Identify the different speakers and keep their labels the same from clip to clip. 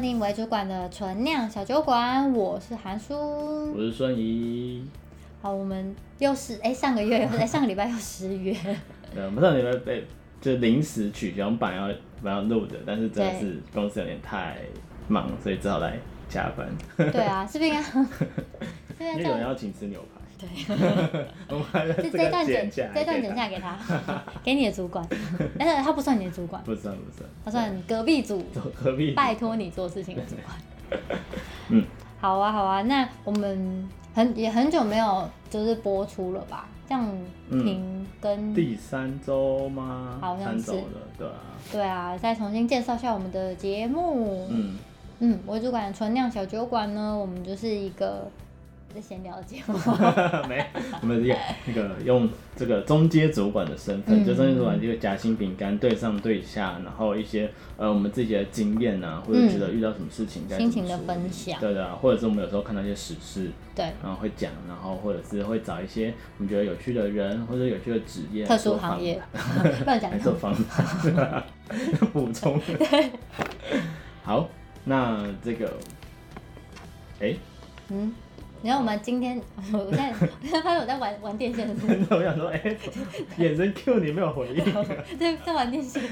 Speaker 1: 定为主管的纯酿小酒馆，我是韩叔。
Speaker 2: 我是孙怡。
Speaker 1: 好，我们又是哎、上个 月又哎、上个礼拜又失约，
Speaker 2: 对，呃我们上礼拜被就临时取消，我们本来要本来要录的，但是真的
Speaker 1: 对
Speaker 2: 是公司有点太忙，所以只好来加班。
Speaker 1: 对啊，是不 是应该？对
Speaker 2: 因
Speaker 1: 啊，这
Speaker 2: 为有人
Speaker 1: 样
Speaker 2: 要请吃牛排，
Speaker 1: 对，
Speaker 2: 我们还在
Speaker 1: 这
Speaker 2: 这
Speaker 1: 这一
Speaker 2: 个
Speaker 1: 段剪
Speaker 2: 剪下来，
Speaker 1: 这一段剪下来给他， 给你的主管，但是他不算你的主管，
Speaker 2: 不算不算，
Speaker 1: 他算你隔壁组
Speaker 2: 走何必？
Speaker 1: 拜托你做事情的主管。
Speaker 2: 嗯，
Speaker 1: 好啊，好啊，那我们很也很久没有就是播出了吧？这样
Speaker 2: 嗯
Speaker 1: 停更、
Speaker 2: 第三周吗？
Speaker 1: 好像
Speaker 2: 三
Speaker 1: 是
Speaker 2: 周了，对啊，
Speaker 1: 对啊，再重新介绍一下我们的节目。嗯
Speaker 2: 嗯，
Speaker 1: 我主管纯酿小酒馆呢，我们就是一个在闲聊的节 目。
Speaker 2: 没，我们用那个用这个中阶主管的身份，
Speaker 1: 嗯
Speaker 2: 就中阶主管这个夹心饼干，对上对下，然后一些呃我们自己的经验啊，或者觉得遇到什么事情该怎
Speaker 1: 心
Speaker 2: 么
Speaker 1: 情的
Speaker 2: 处理
Speaker 1: 分享
Speaker 2: 对的、啊，或者是我们有时候看到一些时事，
Speaker 1: 对，
Speaker 2: 然后会讲，然后或者是会找一些我们觉得有趣的人或者有趣的职业，
Speaker 1: 特殊行业， 乱讲
Speaker 2: 来
Speaker 1: 一
Speaker 2: 做
Speaker 1: 通。
Speaker 2: 访谈， 补充。 好，那这个，哎、
Speaker 1: 嗯，然后我们今天，我在我现在发现我在玩玩电线的时
Speaker 2: 我想说，哎、 眼神 Q 你没有回应。
Speaker 1: 候，在在玩电线。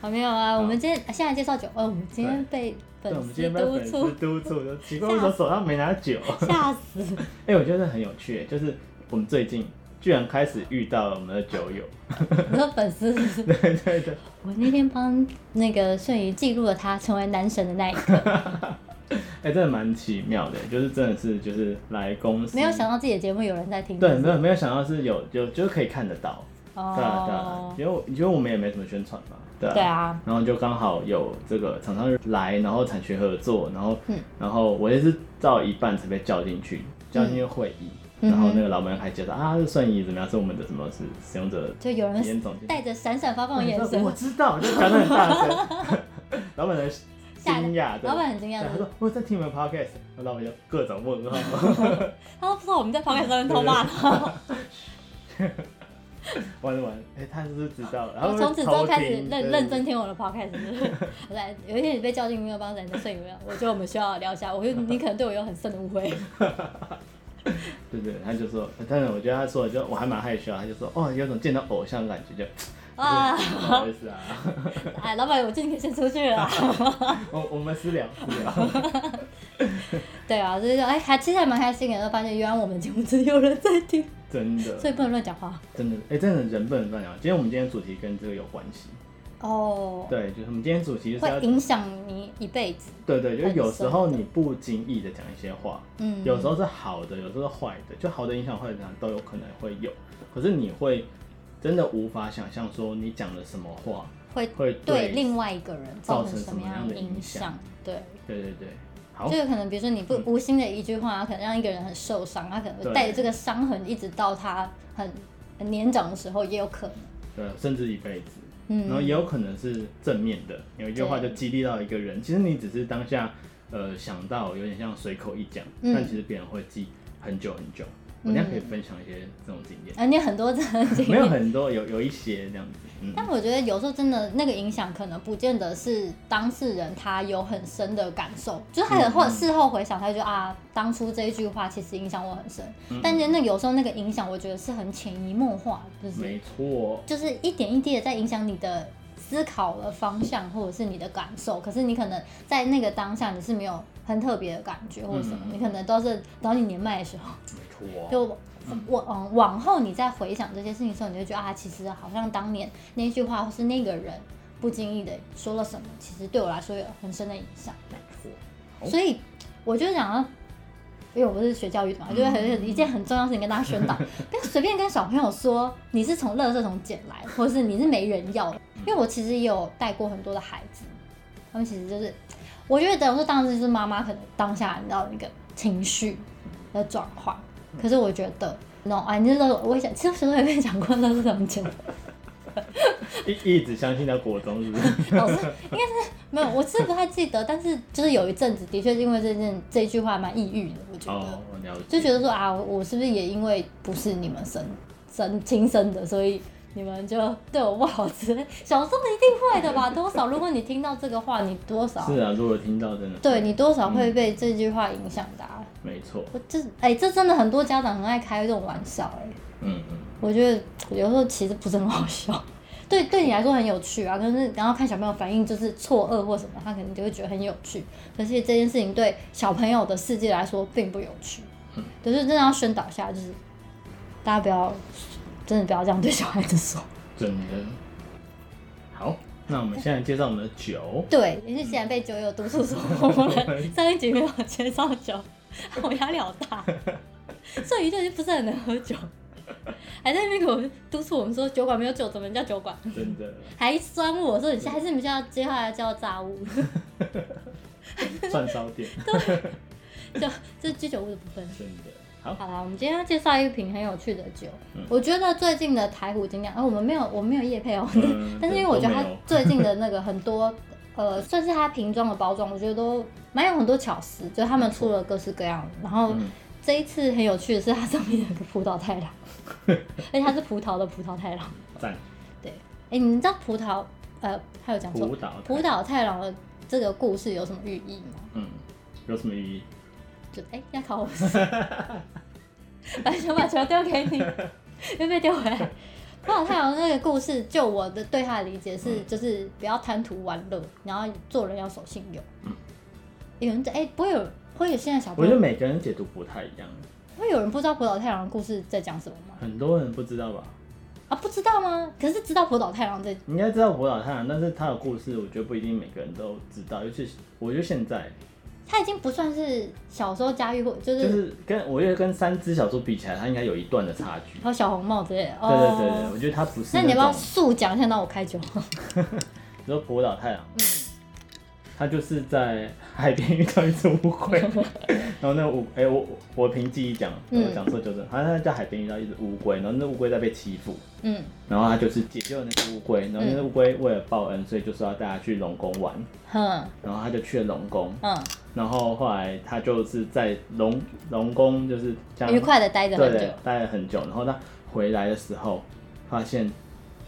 Speaker 1: 好，没有啊，我们今天现在介绍酒，哦，我们今天被
Speaker 2: 对，我
Speaker 1: 粉
Speaker 2: 们今
Speaker 1: 丝
Speaker 2: 天被
Speaker 1: 督
Speaker 2: 粉丝
Speaker 1: 促，
Speaker 2: 督促，就奇怪为什么手上没拿酒？
Speaker 1: 吓死。
Speaker 2: 哎、我觉得很有趣，就是我们最近居然开始遇到了我们的酒友。
Speaker 1: 你说粉丝是不是，
Speaker 2: 对对对，
Speaker 1: 我那天帮那个顺宇记录了他成为男神的那一刻，
Speaker 2: 哎、真的蛮奇妙的，就是真的是就是来公司，
Speaker 1: 没有想到自己的节目有人在听。
Speaker 2: 对，没有没有想到是有有就是可以看得到，对啊对啊
Speaker 1: 哦，，
Speaker 2: 因为我因为我们也没什么宣传嘛，对啊。
Speaker 1: 对啊，
Speaker 2: 然后就刚好有这个厂商来，然后产学合作，然后、
Speaker 1: 嗯
Speaker 2: 然后我也是到一半才被叫进去，叫进去会议，
Speaker 1: 嗯
Speaker 2: 然后那个老板娘还介绍啊，这顺义怎么样，是我们的什么是使用者
Speaker 1: 就有
Speaker 2: 体验
Speaker 1: 人
Speaker 2: 总监，
Speaker 1: 带着闪闪发光嗯的眼
Speaker 2: 我说我
Speaker 1: 神，
Speaker 2: 知道，就讲的很大声， 老板娘
Speaker 1: 吓
Speaker 2: 惊讶，对
Speaker 1: 老板很惊
Speaker 2: 对
Speaker 1: 讶
Speaker 2: 他
Speaker 1: 的，
Speaker 2: 说哦我在听你们 podcast，然后老板就各种问 号，
Speaker 1: 他都不知道我们在旁边上面偷骂他，
Speaker 2: 完了完了，哎、他是不是知道了？然后
Speaker 1: 哦我从此之后开始
Speaker 2: 偷听
Speaker 1: 认
Speaker 2: 对
Speaker 1: 认真听我的 podcast 是不是。我来，有一天你被叫进没有帮人的摄影没有？我觉得我们需要聊一下，我觉得你可能对我有很深的误会。
Speaker 2: 对对，他就说，但是我觉得他说的就我还蛮害羞的，他就说哦，有种见到偶像的感觉就，
Speaker 1: 啊
Speaker 2: 我就不好意思啊，
Speaker 1: 哎，老板，我劝你可以先出去了啊。
Speaker 2: 我我们私聊私 聊，
Speaker 1: 对啊，所以说，哎，还其实还蛮开心的，就发现原来我们节目真的有人在听，
Speaker 2: 真
Speaker 1: 所
Speaker 2: 的
Speaker 1: 以不能乱讲话。
Speaker 2: 真的，哎，真的人不能乱聊。今天我们今天主题跟这个有关系，
Speaker 1: 哦，
Speaker 2: 对，就是我们今天主题就是要
Speaker 1: 会，影响你一辈子。
Speaker 2: 对对，就是有时候你不经意的讲一些话，
Speaker 1: 嗯，
Speaker 2: 有时候是好的，有时候是坏的，就好的影响、坏的影响都有可能会有，可是你会真的无法想象说你讲了什么话
Speaker 1: 会
Speaker 2: 会
Speaker 1: 对另外一个人造
Speaker 2: 造
Speaker 1: 成
Speaker 2: 成
Speaker 1: 什
Speaker 2: 什
Speaker 1: 么
Speaker 2: 么
Speaker 1: 样
Speaker 2: 样
Speaker 1: 的
Speaker 2: 的
Speaker 1: 影
Speaker 2: 影
Speaker 1: 响
Speaker 2: 响？
Speaker 1: 对，
Speaker 2: 对对对，好
Speaker 1: 就。是可能比如说你不无心的一句话，可能让一个人很受伤，他可能会带着这个伤痕一直到他很很年长的时候也有可能。
Speaker 2: 对，甚至一辈子。
Speaker 1: 嗯
Speaker 2: 然后也有可能是正面的，有一句话就
Speaker 1: 对
Speaker 2: 激励到一个人。其实你只是当下呃想到，有点像随口一讲，
Speaker 1: 嗯
Speaker 2: 但其实别人会记很久很久。我等一下可以分享一些这种经验，
Speaker 1: 啊，你有很多这种 经
Speaker 2: 没有
Speaker 1: 验，
Speaker 2: 很多，有有一些这样子。嗯，
Speaker 1: 但我觉得有时候真的那个影响可能不见得是当事人他有很深的感受，就是他可能
Speaker 2: 嗯
Speaker 1: 或者事后回想，他就觉得啊，当初这一句话其实影响我很深，
Speaker 2: 嗯
Speaker 1: 但是那有时候那个影响我觉得是很潜移默化， 就是
Speaker 2: 没错，
Speaker 1: 就是一点一滴的在影响你的思考的方向，或者是你的感受。可是你可能在那个当下你是没有很特别的感觉或者什么，
Speaker 2: 嗯
Speaker 1: 你可能都是等到你年迈的时候，
Speaker 2: 没错。
Speaker 1: 就我 嗯往后你再回想这些事情的时候，你就觉得啊，其实好像当年那句话或是那个人不经意的说了什么，其实对我来说有很深的影响。
Speaker 2: 没错。好
Speaker 1: 所以我就想要。因为我不是学教育的嘛，就是很一件很重要的事情跟大家宣导，不要随便跟小朋友说你是从垃圾桶捡来，或者是你是没人要的。因为我其实也有带过很多的孩子，他们其实就是，我觉得等于说当时就是妈妈可能当下你知道那个情绪的转换，可是我觉得。no 啊，你这种我也想，其实小时候也被讲过垃圾桶捡，
Speaker 2: 一一直相信到国中是 不是？
Speaker 1: 老师应该是没有，我是不太记得，但是就是有一阵子的确是因为这件这句话蛮抑郁的，我觉得。
Speaker 2: 哦，我了解。
Speaker 1: 就觉得说啊，我是不是也因为不是你们生生亲生的，所以你们就对我不好之类。小时候一定会的吧？多少，如果你听到这个话，你多少
Speaker 2: 是啊，如果听到真的，
Speaker 1: 对，你多少会被这句话影响的啊、
Speaker 2: 没错，
Speaker 1: 我这哎、这真的很多家长很爱开这种玩笑哎、
Speaker 2: 嗯嗯，
Speaker 1: 我觉得有时候其实不是很好笑。 对，对你来说很有趣啊，可是然后看小朋友反应就是错愕或什么，他可能就会觉得很有趣。可是这件事情对小朋友的世界来说并不有趣，可是真的要宣导一下，就是大家不要真的不要这样对小孩子说。
Speaker 2: 真的。好，那我们现在介绍我们的酒，
Speaker 1: 对，也是既然被酒友督促说我们上一集没有介绍酒， 我压力好大。所以就不是很能喝酒，还在那边给我督促我们说酒馆没有酒，怎么叫酒馆？
Speaker 2: 真的
Speaker 1: 还酸我说你下还是你们现在接下来叫炸物，
Speaker 2: 串烧店，
Speaker 1: 就这是居酒屋的部分。
Speaker 2: 真的。好，
Speaker 1: 好啦，我们今天要介绍一瓶很有趣的酒，
Speaker 2: 嗯
Speaker 1: 我觉得最近的台虎精酿，呃，我们没有我们没有夜配哦、
Speaker 2: 嗯
Speaker 1: 但是因为我觉得它
Speaker 2: 都没有
Speaker 1: 最近的那个很多，呃，算是它瓶装的包装，我觉得都蛮有很多巧思，就是他们出了各式各样的。然后
Speaker 2: 嗯
Speaker 1: 这一次很有趣的是，它上面有个葡萄太 郎，而且它是葡萄的葡萄太郎。
Speaker 2: 赞，
Speaker 1: 对，哎、你知道葡萄呃，还有讲错
Speaker 2: 葡萄
Speaker 1: 葡萄太郎的这个故事有什么寓意吗？
Speaker 2: 嗯，有什么寓意？
Speaker 1: 就哎、要考我是谁， 把球把球丢给你，又被丢回来。不老太阳那个故事，就我的对他的理解是，
Speaker 2: 嗯
Speaker 1: 就是不要贪图玩乐，然后做人要守信用。
Speaker 2: 嗯
Speaker 1: 有人在哎、不会有会有现在小
Speaker 2: 我
Speaker 1: 朋
Speaker 2: 觉得
Speaker 1: 友，
Speaker 2: 每个人解读不太一样，
Speaker 1: 会有人不知道葡萄太郎的故事在讲什么吗？
Speaker 2: 很多人不知道吧？
Speaker 1: 啊，不知道吗？可是知道葡萄太郎这，
Speaker 2: 应该知道《博导太郎》，但是他的故事，我觉得不一定每个人都知道，尤其是我觉得现在
Speaker 1: 他已经不算是小时候家喻户，就
Speaker 2: 就是是跟我觉得跟三只小猪比起来，它应该有一段的差距。
Speaker 1: 还有小红帽之类的。
Speaker 2: 对
Speaker 1: 哦、
Speaker 2: 对对对，我觉得它不是
Speaker 1: 那你要不要
Speaker 2: 种，
Speaker 1: 速讲一下？那我开酒。
Speaker 2: 你说《博导太郎》，
Speaker 1: 嗯
Speaker 2: 他就是在海边遇到一只乌 龟，然后那乌哎、我我我凭记忆讲，
Speaker 1: 嗯
Speaker 2: 我讲错纠正，他他在海边遇到一只乌龟，然后那乌龟在被欺负，
Speaker 1: 嗯，
Speaker 2: 然后他就是解救了那只乌龟，然后那只乌龟为了报恩，所以就说要带他去龙宫玩，
Speaker 1: 哼，
Speaker 2: 然后他就去了龙宫，
Speaker 1: 嗯，
Speaker 2: 然后后来他就是在龙龙宫就是这样
Speaker 1: 愉快的待着
Speaker 2: 对
Speaker 1: 很久
Speaker 2: 对。待了很久，然后他回来的时候发现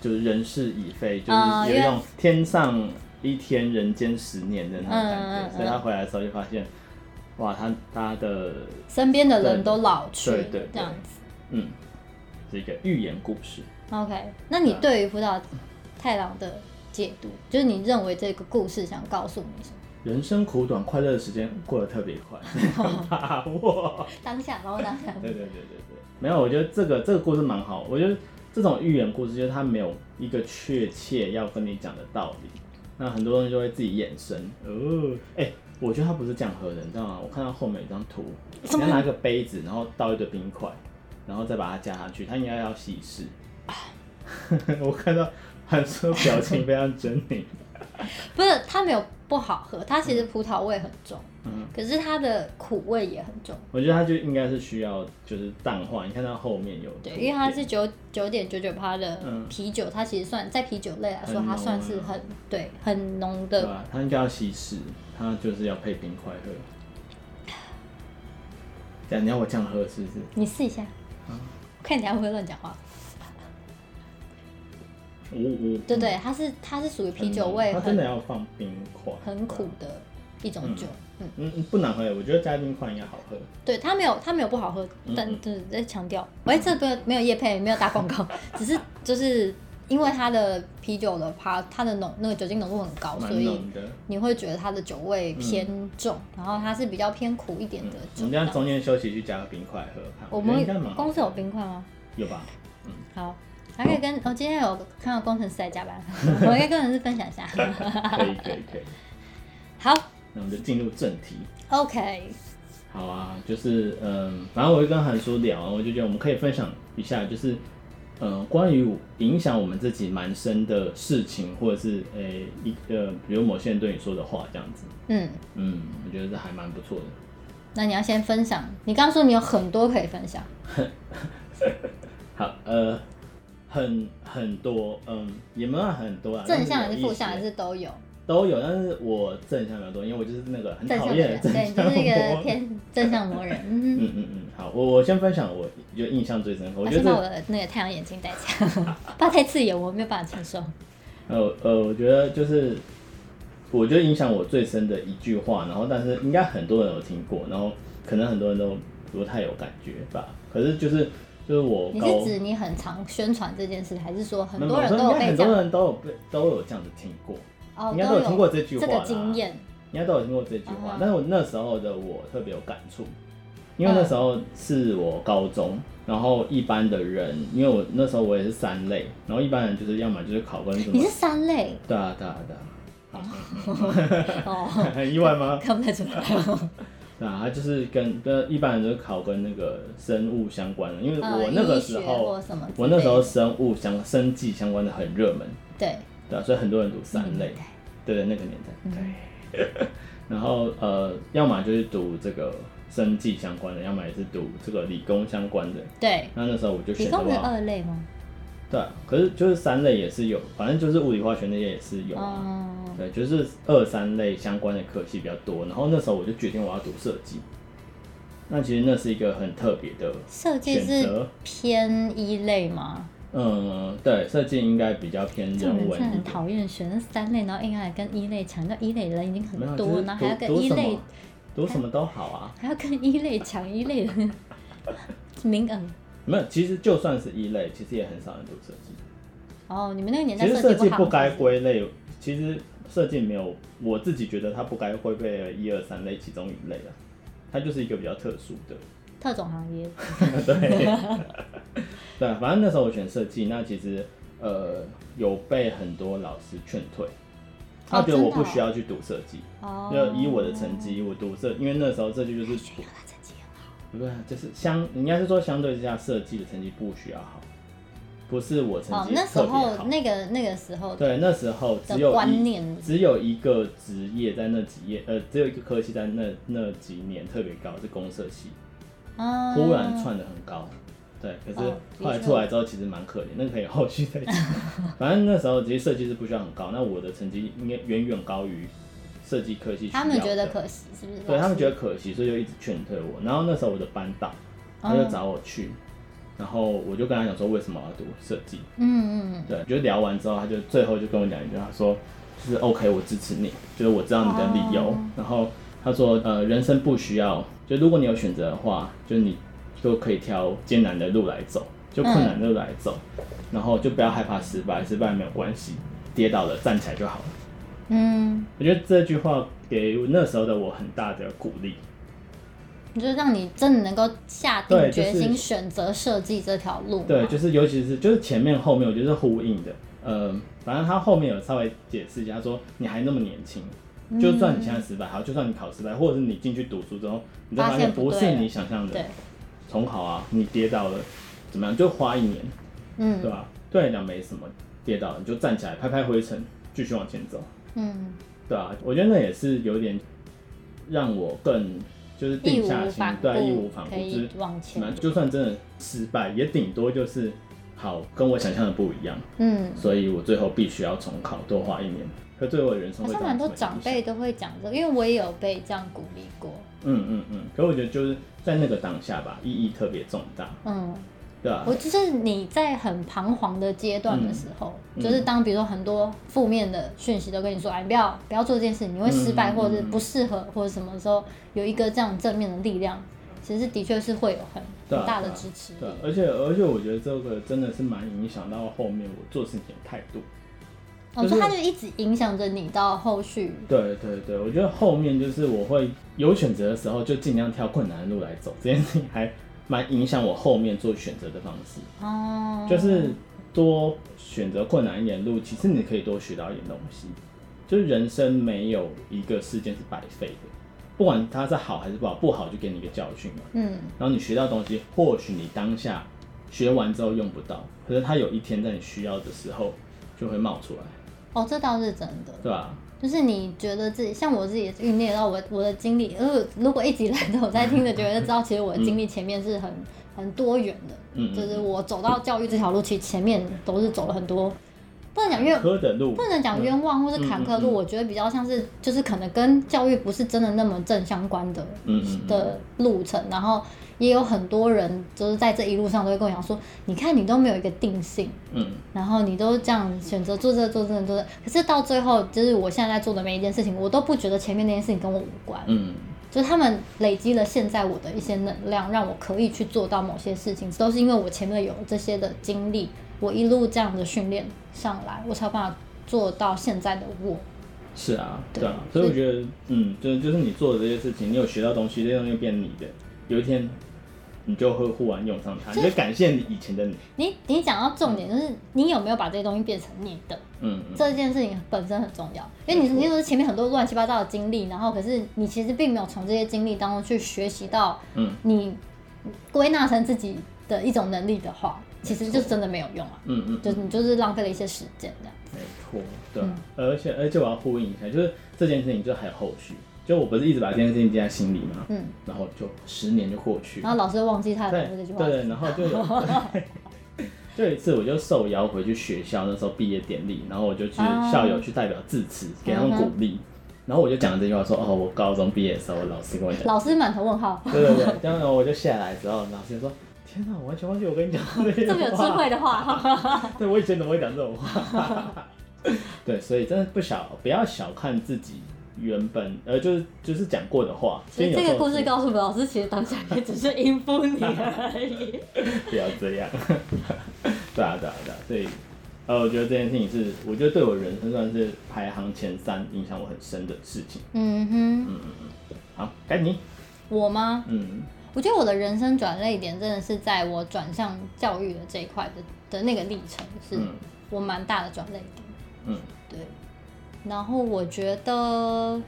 Speaker 2: 就是人事已非，就
Speaker 1: 嗯
Speaker 2: 是有一
Speaker 1: 因为
Speaker 2: 种天上一天人间十年的那种感
Speaker 1: 嗯嗯
Speaker 2: 觉，
Speaker 1: 嗯
Speaker 2: 所以他回来的时候就发现，哇，他他的
Speaker 1: 身边的人都老去，
Speaker 2: 对对对
Speaker 1: 这样子。
Speaker 2: 嗯是一个寓言故事，
Speaker 1: OK，那你
Speaker 2: 对啊
Speaker 1: 对于福岛太郎的解读，就是你认为这个故事想告诉你什么？
Speaker 2: 人生苦短，快乐的时间过得特别 快，把握。
Speaker 1: 当下，然后当下，
Speaker 2: 对对对对对，没有，我觉得这个这个故事蛮好。我觉得这种寓言故事，就是它没有一个确切要跟你讲的道理，那很多东西就会自己衍生。哦，哎、我觉得它不是这样喝的，你知道吗？我看到后面有一张图，
Speaker 1: 什
Speaker 2: 你
Speaker 1: 么
Speaker 2: 要拿一个杯子，然后倒一堆冰块，然后再把它加下去，它应该要稀释。 我看到韩叔表情非常狰狞，
Speaker 1: 不是它没有不好喝，它其实葡萄味很重，
Speaker 2: 嗯
Speaker 1: 可是它的苦味也很重，
Speaker 2: 我觉得它就应该是需要就是淡化。你看到后面有
Speaker 1: 对，
Speaker 2: 图
Speaker 1: 因为它
Speaker 2: 片
Speaker 1: 是九九点九九趴的
Speaker 2: 嗯
Speaker 1: 啤酒，它其实算在啤酒类来说，
Speaker 2: 很浓
Speaker 1: 它算是
Speaker 2: 啊
Speaker 1: 很对很浓
Speaker 2: 对
Speaker 1: 的
Speaker 2: 吧？它应该要稀释，它就是要配冰块喝。对啊，你要我这样喝是不是？
Speaker 1: 你试一下，
Speaker 2: 嗯
Speaker 1: 我看你还会不会乱讲话。
Speaker 2: 五五
Speaker 1: 对对，它是它是属于啤酒味
Speaker 2: 它嗯真的
Speaker 1: 很
Speaker 2: 要放冰块，
Speaker 1: 很苦的一种酒。嗯，
Speaker 2: 嗯。嗯，不难喝，我觉得加冰块应该好喝。
Speaker 1: 对，它没有它没有不好喝
Speaker 2: 嗯，
Speaker 1: 但
Speaker 2: 嗯
Speaker 1: 就是在强调，喂，这个没有叶配，没有打广告， 只是就是因为它的啤酒的它它的浓那个酒精浓度很高，
Speaker 2: 蛮
Speaker 1: 所以
Speaker 2: 浓的。
Speaker 1: 你会觉得它的酒味偏重，然后它是比较偏苦一点
Speaker 2: 嗯
Speaker 1: 的，
Speaker 2: 我
Speaker 1: 酒
Speaker 2: 们。这样中间休息去加个冰块喝看，
Speaker 1: 我
Speaker 2: 觉得应该
Speaker 1: 们
Speaker 2: 蛮好
Speaker 1: 公司有冰块吗？
Speaker 2: 有 吧？
Speaker 1: 好。还可以跟我、今天有看到工程师在加 班，我可以跟工程师分享一下。
Speaker 2: 可以可以可以，
Speaker 1: 好
Speaker 2: 那我们就进入正题。
Speaker 1: ，OK，
Speaker 2: 好啊，就是嗯，反正我就跟韩叔聊，我就觉得我们可以分享一下，就是嗯，关于影响我们自己蛮深的事情，或者是诶、一个，比如某些人对你说的话这样子，
Speaker 1: 嗯，
Speaker 2: 嗯，我觉得这还蛮不错的。
Speaker 1: 那你要先分享，你刚刚说你有很多可以分享，
Speaker 2: 好，呃，很很多，嗯，也没有很多啊，
Speaker 1: 正向还
Speaker 2: 但
Speaker 1: 是
Speaker 2: 有
Speaker 1: 负
Speaker 2: 一些
Speaker 1: 向还是都有？
Speaker 2: 都有，啊但是我正向比较多，因为我就是那个很
Speaker 1: 正
Speaker 2: 讨
Speaker 1: 向
Speaker 2: 厌的
Speaker 1: 人，
Speaker 2: 正
Speaker 1: 对，你
Speaker 2: 向
Speaker 1: 就是一个
Speaker 2: 魔
Speaker 1: 偏正向魔人。嗯
Speaker 2: 嗯嗯嗯，好，我我先分享我就印象最深刻，我
Speaker 1: 我
Speaker 2: 觉得
Speaker 1: 先把
Speaker 2: 这
Speaker 1: 我的那个太阳眼镜戴 上，怕太刺眼，我没有办法承受。
Speaker 2: 呃呃，我觉得就是，我觉得影响我最深的一句话，然后但是应该很多人有听过，然后可能很多人都不太有感觉吧。可是就是就是我
Speaker 1: 你
Speaker 2: 高，
Speaker 1: 是指你很常宣传这件事，还是说很
Speaker 2: 没有
Speaker 1: 多人
Speaker 2: 没
Speaker 1: 都
Speaker 2: 有
Speaker 1: 有
Speaker 2: 应
Speaker 1: 被
Speaker 2: 该很
Speaker 1: 这
Speaker 2: 多
Speaker 1: 样？
Speaker 2: 人都有被都有这样子听过，
Speaker 1: 哦，
Speaker 2: 应该都
Speaker 1: 都
Speaker 2: 有听过这句话
Speaker 1: 这
Speaker 2: 啦
Speaker 1: 个经验。
Speaker 2: 应该都有听过这句话。
Speaker 1: 嗯哼
Speaker 2: 但是我那时候的我特别有感触，因为那时候是我高中。然后一般的人，因为我那时候我也是三类，然后一般人就是要么就是考官什么
Speaker 1: 你，是三类
Speaker 2: 对啊对啊对啊，
Speaker 1: 哦，
Speaker 2: 很意外吗？
Speaker 1: 看不太出来。
Speaker 2: 啊，他就是跟跟一般人就是考跟那个生物相关的，因为
Speaker 1: 呃
Speaker 2: 我那个时
Speaker 1: 医学或
Speaker 2: 候，
Speaker 1: 什么之类的，
Speaker 2: 我那时候生物相生计相关的很热门，
Speaker 1: 对
Speaker 2: 对、啊，所以很多人读
Speaker 1: 嗯
Speaker 2: 三类，对对，那个年代，对。然后呃，要么就是读这个生计相关的，要么也是读这个理工相关的。
Speaker 1: 对，
Speaker 2: 那那时候我就选
Speaker 1: 理
Speaker 2: 择
Speaker 1: 工不呃是
Speaker 2: 了，
Speaker 1: 二类吗？
Speaker 2: 对啊，可是就是三类也是有，反正就是物理化学那些也是有啊。
Speaker 1: 哦，
Speaker 2: 对，就是二三类相关的科系比较多。然后那时候我就决定我要读设计。那其实那是一个很特别的，
Speaker 1: 设计
Speaker 2: 选
Speaker 1: 是
Speaker 2: 择
Speaker 1: 偏一类吗？
Speaker 2: 嗯，对，设计应该比较偏
Speaker 1: 这种
Speaker 2: 人
Speaker 1: 人
Speaker 2: 文
Speaker 1: 真的
Speaker 2: 一
Speaker 1: 很
Speaker 2: 点。
Speaker 1: 讨厌，选了三类，然后硬要来跟一类抢，那一类人已经
Speaker 2: 没有，
Speaker 1: 很
Speaker 2: 就
Speaker 1: 多，
Speaker 2: 是
Speaker 1: 然后还要
Speaker 2: 读
Speaker 1: 跟
Speaker 2: 读
Speaker 1: 一
Speaker 2: 什
Speaker 1: 类
Speaker 2: 么，读什么都好啊。
Speaker 1: 还要跟一类抢一类的 名额。
Speaker 2: 没有，其实就算是一类，其实也很少人读设计。
Speaker 1: 哦，你们那个年代
Speaker 2: 其实设计
Speaker 1: 计好，
Speaker 2: 不该归类，其实设计没有，我自己觉得它不该归类一二三类其中一类的，它就是一个比较特殊的。
Speaker 1: 特种行业。
Speaker 2: 对，对，反正那时候我选设计，那其实呃有被很多老师劝退，他觉得我不需要去读设计，
Speaker 1: 哦，
Speaker 2: 就以我的成绩，我读设，因为那时候设计就是
Speaker 1: 炫耀他成绩很好。
Speaker 2: 不对，就是相应该是说相对之下设计的成绩不需要好，不是我成
Speaker 1: 哦
Speaker 2: 绩，
Speaker 1: 那时
Speaker 2: 特别好。
Speaker 1: 候那个那个时候
Speaker 2: 对，那时候只
Speaker 1: 的
Speaker 2: 有
Speaker 1: 观
Speaker 2: 一
Speaker 1: 念，
Speaker 2: 只有一个职业在那几页，呃，只有一个科系在那那几年特别高，是公社系。
Speaker 1: 啊，
Speaker 2: 突然窜的很高，对，可是
Speaker 1: 哦
Speaker 2: 后来
Speaker 1: 的确
Speaker 2: 出来之后其实蛮可怜，那个可以后续 再讲。反正那时候其实设计是不需要很高，那我的成绩应该远远高于设计科系需要
Speaker 1: 他
Speaker 2: 的
Speaker 1: 们觉得，可惜，是不是？
Speaker 2: 对他们觉
Speaker 1: 得
Speaker 2: 得可惜，所以就一直劝退我。然后那时候我的班导他
Speaker 1: 哦
Speaker 2: 就找我去，然后我就跟他讲说为什么我要读设计，
Speaker 1: 嗯嗯，
Speaker 2: 对，就聊完之后，他就最后就跟我讲一句，他说就是 OK，我支持你，就是我知道你的理由。
Speaker 1: 哦
Speaker 2: 然后他说，呃，人生不需要，就如果你有选择的话，就是你就可以挑艰难的路来走，就困难的路来走，然后就不要害怕失败，失败没有关系，跌倒了站起来就好了。
Speaker 1: 嗯，
Speaker 2: 我觉得这句话给那时候的我很大的鼓励。
Speaker 1: 就是让你真的能够下定
Speaker 2: 对就是
Speaker 1: 决心选择设计这条路嘛。
Speaker 2: 对，就是尤其是就是前面后面，我觉得是呼应的。呃，反正他后面有稍微解释一下，他说你还那么年轻，就算你现在失败，好，就算你考失败，或者是你进去读书之后，你再
Speaker 1: 嗯
Speaker 2: 发
Speaker 1: 发
Speaker 2: 现
Speaker 1: 现不
Speaker 2: 不
Speaker 1: 对
Speaker 2: 是
Speaker 1: 了
Speaker 2: 你想象的
Speaker 1: 对，
Speaker 2: 重考啊，你跌倒了，怎么样，就花一年，对
Speaker 1: 嗯
Speaker 2: 吧、对你来讲没什么，跌倒了你就站起来，拍拍灰尘，继续往前走，
Speaker 1: 嗯，
Speaker 2: 对啊，我觉得那也是有点让我更就是
Speaker 1: 义
Speaker 2: 定下
Speaker 1: 无
Speaker 2: 心
Speaker 1: 反，顾，嗯
Speaker 2: 对，义无反顾，
Speaker 1: 可
Speaker 2: 就是
Speaker 1: 以往前
Speaker 2: 那。就算真的失败，也顶多就是好跟我想象的不一样，
Speaker 1: 嗯，
Speaker 2: 所以我最后必须要重考，多花一年。可对我的人生
Speaker 1: 好
Speaker 2: 会
Speaker 1: 像
Speaker 2: 造
Speaker 1: 蛮
Speaker 2: 成
Speaker 1: 多
Speaker 2: 什么
Speaker 1: 长
Speaker 2: 影响，
Speaker 1: 辈都会讲这个，因为我也有被这样鼓励过。
Speaker 2: 嗯嗯嗯。可我觉得就是在那个当下吧，意义特别重大，
Speaker 1: 嗯，
Speaker 2: 对啊吧、
Speaker 1: 我就是你在很彷徨的阶段的时候，
Speaker 2: 嗯
Speaker 1: 就是当比如说很多负面的讯息都跟你说，哎，你不要不要做这件事，你会失败，
Speaker 2: 嗯嗯嗯
Speaker 1: 或者是不适合，或者什么时候有一个这样正面的力量，其实的确是会有很
Speaker 2: 对
Speaker 1: 很
Speaker 2: 啊
Speaker 1: 大的支持
Speaker 2: 对啊
Speaker 1: 力。，
Speaker 2: 而且而且我觉得这个真的是蛮影响到后面我做事情的态度。
Speaker 1: 我
Speaker 2: 就是
Speaker 1: 说它就一直影响着你到后续，
Speaker 2: 对对对，我觉得后面就是我会有选择的时候就尽量挑困难的路来走，这件事情还蛮影响我后面做选择的方式。
Speaker 1: 哦，
Speaker 2: 就是多选择困难一点的路，其实你可以多学到一点东西。就是人生没有一个事件是白费的，不管它是好还是不好，不好就给你一个教训嘛。
Speaker 1: 嗯，
Speaker 2: 然后你学到东西，或许你当下学完之后用不到，可是它有一天在你需要的时候就会冒出来，
Speaker 1: 哦，这倒是真的。
Speaker 2: 对吧？
Speaker 1: 就是你觉得自己像我自己也是酝酿到我我的经历，呃，如果一直以来都有在听的，觉得知道其实我的经历前面是很、很多元的，
Speaker 2: 嗯嗯
Speaker 1: 就是我走到教育这条路，其实前面都是走了很多不能讲
Speaker 2: 坎
Speaker 1: 冤，
Speaker 2: 坷的路
Speaker 1: 不，能
Speaker 2: 嗯
Speaker 1: 讲冤枉或是坎坷路，
Speaker 2: 嗯嗯嗯
Speaker 1: 我觉得比较像是就是可能跟教育不是真的那么正相关的
Speaker 2: 嗯嗯嗯
Speaker 1: 的路程，然后也有很多人就是在这一路上都会跟我讲说，你看你都没有一个定性，
Speaker 2: 嗯，
Speaker 1: 然后你都这样选择做这做这做这，可是到最后就是我现在在做的每一件事情，我都不觉得前面那件事情跟我无关，
Speaker 2: 嗯，
Speaker 1: 就是他们累积了现在我的一些能量，让我可以去做到某些事情，都是因为我前面有这些的经历，我一路这样的训练上来，我才有办法做到现在的我。
Speaker 2: 是啊，
Speaker 1: 对
Speaker 2: 对啊，所以我觉得，嗯，就就是你做的这些事情，你有学到东西，这些东西变你的，有一天你就会忽然用上它，你就感谢你以前的你，
Speaker 1: 你你讲到重点，就是你有没有把这些东西变成你的
Speaker 2: 嗯嗯，
Speaker 1: 这件事情本身很重要，因为你
Speaker 2: 没
Speaker 1: 你
Speaker 2: 错
Speaker 1: 说前面很多乱七八糟的经历，然后可是你其实并没有从这些经历当中去学习到
Speaker 2: 嗯
Speaker 1: 你归纳成自己的一种能力的话，其实就真的没有用啊，
Speaker 2: 嗯嗯，
Speaker 1: 就是你就是浪费了一些时间这样。
Speaker 2: 没错，对
Speaker 1: 嗯
Speaker 2: 啊、而且而且我要呼应一下，就是这件事情就还有后续，就我不是一直把这件事情记在心里嘛，
Speaker 1: 嗯，
Speaker 2: 然后就十年就过去，
Speaker 1: 然后老师忘记他
Speaker 2: 对
Speaker 1: 的这句话，
Speaker 2: 对，然后就有 就有一次我就受邀回去学校，那时候毕业典礼，然后我就去
Speaker 1: 啊
Speaker 2: 校友去代表致辞，给他们鼓
Speaker 1: 嗯
Speaker 2: 励，然后我就讲了这句话说，哦，我高中毕业的时候，老师跟我讲，
Speaker 1: 老师满头问 号，
Speaker 2: 对对对，然后我就下来之后，老师就说，天哪，我完全忘记我跟你讲过这句
Speaker 1: 这么有智
Speaker 2: 话。
Speaker 1: 慧的 话，
Speaker 2: 对，我以前怎么会讲这种话？ 对，所以真的不小，不要小看自己原本呃，就是就是讲过的话。
Speaker 1: 其实
Speaker 2: 因
Speaker 1: 这
Speaker 2: 为有时
Speaker 1: 个
Speaker 2: 候
Speaker 1: 故事
Speaker 2: 是
Speaker 1: 告诉我们，老师其实当下也只是应付你而已。
Speaker 2: 不要这样。 对啊，对啊，对啊，所以呃，我觉得这件事情是，我觉得对我人生算是排行前三，影响我很深的事情。
Speaker 1: 嗯哼，
Speaker 2: 好，该你，
Speaker 1: 我吗？
Speaker 2: 嗯
Speaker 1: 我觉得我的人生转捩点真的是在我转向教育的这一块的的那个历程，是
Speaker 2: 嗯
Speaker 1: 我蛮大的转捩点。
Speaker 2: 嗯
Speaker 1: 对，然后我觉得，嗯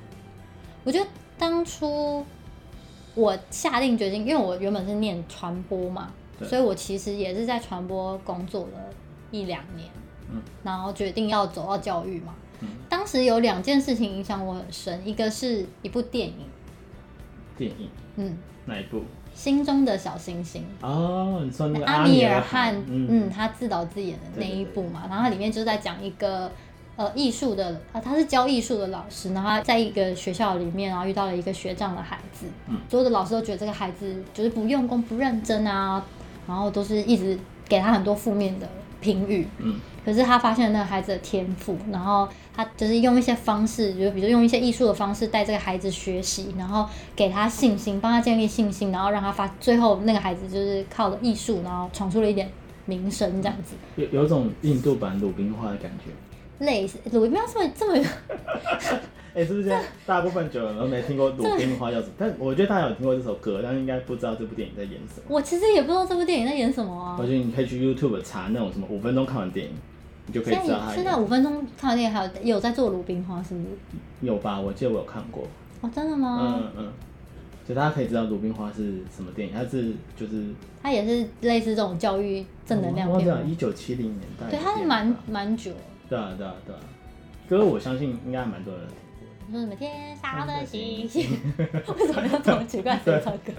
Speaker 1: 我觉得当初我下定决心，因为我原本是念传播嘛，
Speaker 2: 对
Speaker 1: 所以我其实也是在传播工作了一两年，
Speaker 2: 嗯
Speaker 1: 然后决定要走到教育嘛。
Speaker 2: 嗯
Speaker 1: 当时有两件事情影响我很深，一个是一部电影，
Speaker 2: 电影
Speaker 1: 嗯，
Speaker 2: 哪一部？
Speaker 1: 《心中的小星星》。
Speaker 2: 哦，你说那个
Speaker 1: 阿
Speaker 2: 米
Speaker 1: 米尔
Speaker 2: 汗
Speaker 1: 汗，，
Speaker 2: 嗯
Speaker 1: 嗯，他自导自演的那一部嘛，
Speaker 2: 对对对
Speaker 1: 然后它里面就是在讲一个呃艺术的，啊，他是教艺术的老师，然后他在一个学校里面，然后遇到了一个学长的孩子，
Speaker 2: 嗯
Speaker 1: 所有的老师都觉得这个孩子就是不用功、不认真啊，然后都是一直给他很多负面的评语，
Speaker 2: 嗯
Speaker 1: 可是他发现那个孩子的天赋，然后他就是用一些方式，就比如用一些艺术的方式带这个孩子学习，然后给他信心，帮他建立信心，然后让他发，最后那个孩子就是靠着艺术，然后闯出了一点名声，这样子。
Speaker 2: 有有种印度版鲁冰花的感觉。
Speaker 1: 类似鲁冰花这么这么，
Speaker 2: 哎、是不是现在大部分九人都没听过《鲁冰花》叫什么？但我觉得大家有听过这首歌，但应该不知道这部电影在演什么。
Speaker 1: 啊我其实也不知道这部电影在演什么啊
Speaker 2: 我。觉得你可以去 YouTube 查那种什么五分钟看完电影，你就可以
Speaker 1: 现
Speaker 2: 知道
Speaker 1: 在
Speaker 2: 它
Speaker 1: 现
Speaker 2: 演
Speaker 1: 在五分钟看完电影，还有也有在做鲁冰花，是不是？
Speaker 2: 有吧？我记得我有看过。
Speaker 1: 哦，真的吗？
Speaker 2: 嗯嗯，就大家可以知道《鲁冰花》是什么电影，它是就是
Speaker 1: 它也是类似这种教育正能量
Speaker 2: 我忘
Speaker 1: 片
Speaker 2: 记了
Speaker 1: 吗，
Speaker 2: 一九七零年代的
Speaker 1: 对，
Speaker 2: 电影
Speaker 1: 它
Speaker 2: 吧。
Speaker 1: 是蛮蛮久。
Speaker 2: 对啊对啊对啊，歌我相信应该蛮多人听过的。
Speaker 1: 你说什么天上
Speaker 2: 嗯
Speaker 1: 的星星？ 为什么要这么奇怪的唱歌？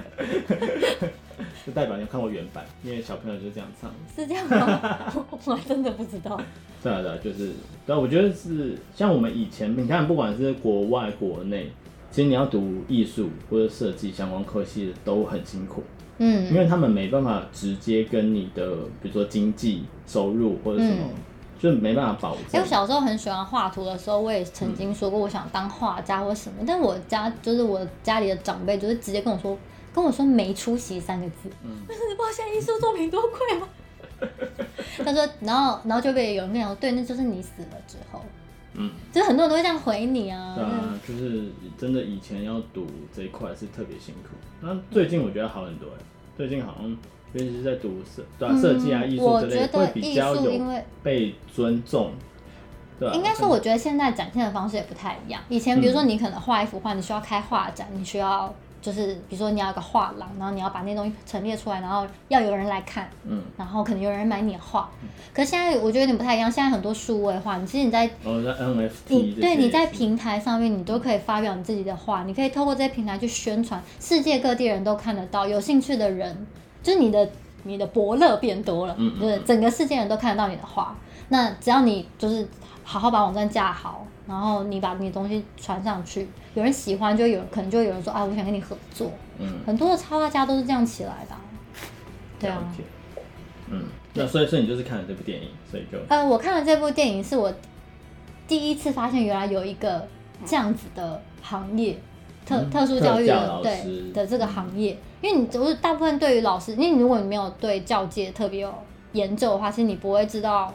Speaker 2: 就代表你有看过原版，因为小朋友 就是这样唱。
Speaker 1: 是这样吗？我我还真的不知道。
Speaker 2: 对啊对啊，就是对啊，我觉得是像我们以前，你看不管是国外国内，其实你要读艺术或者设计相关科系的都很辛苦。因
Speaker 1: 嗯
Speaker 2: 为他们没办法直接跟你的，比如说经济收入或者什么，
Speaker 1: 嗯
Speaker 2: 就是没办法保证。
Speaker 1: 哎、我小时候很喜欢画图的时候，我也曾经说过我想当画家或什么，但我家就是我家里的长辈就是直接跟我说，跟我说没出息三个字。
Speaker 2: 嗯
Speaker 1: 我真的不知道现在艺术作品多贵 吗？他说，然后然后就被有人跟我讲，对，那就是你死了之后，
Speaker 2: 嗯，
Speaker 1: 就是很多人都会这样回你啊。
Speaker 2: 对啊，就是真的以前要读这一块是特别辛苦。那最近我觉得好很多、欸，最近好像尤其是在读设对啊
Speaker 1: 嗯
Speaker 2: 设计啊艺术
Speaker 1: 我
Speaker 2: 之类
Speaker 1: 觉
Speaker 2: 的，会
Speaker 1: 得
Speaker 2: 比
Speaker 1: 艺
Speaker 2: 较
Speaker 1: 术
Speaker 2: 有
Speaker 1: 因为
Speaker 2: 被尊重。对、啊，嗯
Speaker 1: 应该说，我觉得现在展现的方式也不太一样。以前，比如说你可能画一幅画，你需要开画展，你需要就是比如说你要有个画廊，然后你要把那东西陈列出来，然后要有人来看，
Speaker 2: 嗯，
Speaker 1: 然后可能有人买你的画。可是现在我觉得有点不太一样，现在很多数位画，你其实你在
Speaker 2: 然后在 NFT
Speaker 1: 你
Speaker 2: 这
Speaker 1: 对
Speaker 2: 些
Speaker 1: 你在
Speaker 2: 也是
Speaker 1: 平台上面，你都可以发表你自己的画，你可以透过这些平台去宣传，世界各地人都看得到，有兴趣的人就是你的你的伯乐变多了，
Speaker 2: 嗯嗯嗯
Speaker 1: 就是整个世界人都看得到你的画。那只要你就是好好把网站架好，然后你把你的东西传上去，有人喜欢就有，可能就有人说啊，我想跟你合作。
Speaker 2: 嗯，
Speaker 1: 很多的插画家都是这样起来的啊、对啊
Speaker 2: 了。解。嗯，那所以所以你就是看了这部电影，所以就
Speaker 1: 呃，我看了这部电影是我第一次发现，原来有一个这样子的行业，特、
Speaker 2: 嗯
Speaker 1: 特殊教育
Speaker 2: 特教
Speaker 1: 的
Speaker 2: 老
Speaker 1: 对
Speaker 2: 师嗯
Speaker 1: 的这个行业。因为你就是大部分对于老师，因为你如果你没有对教界特别有研究的话，其实你不会知道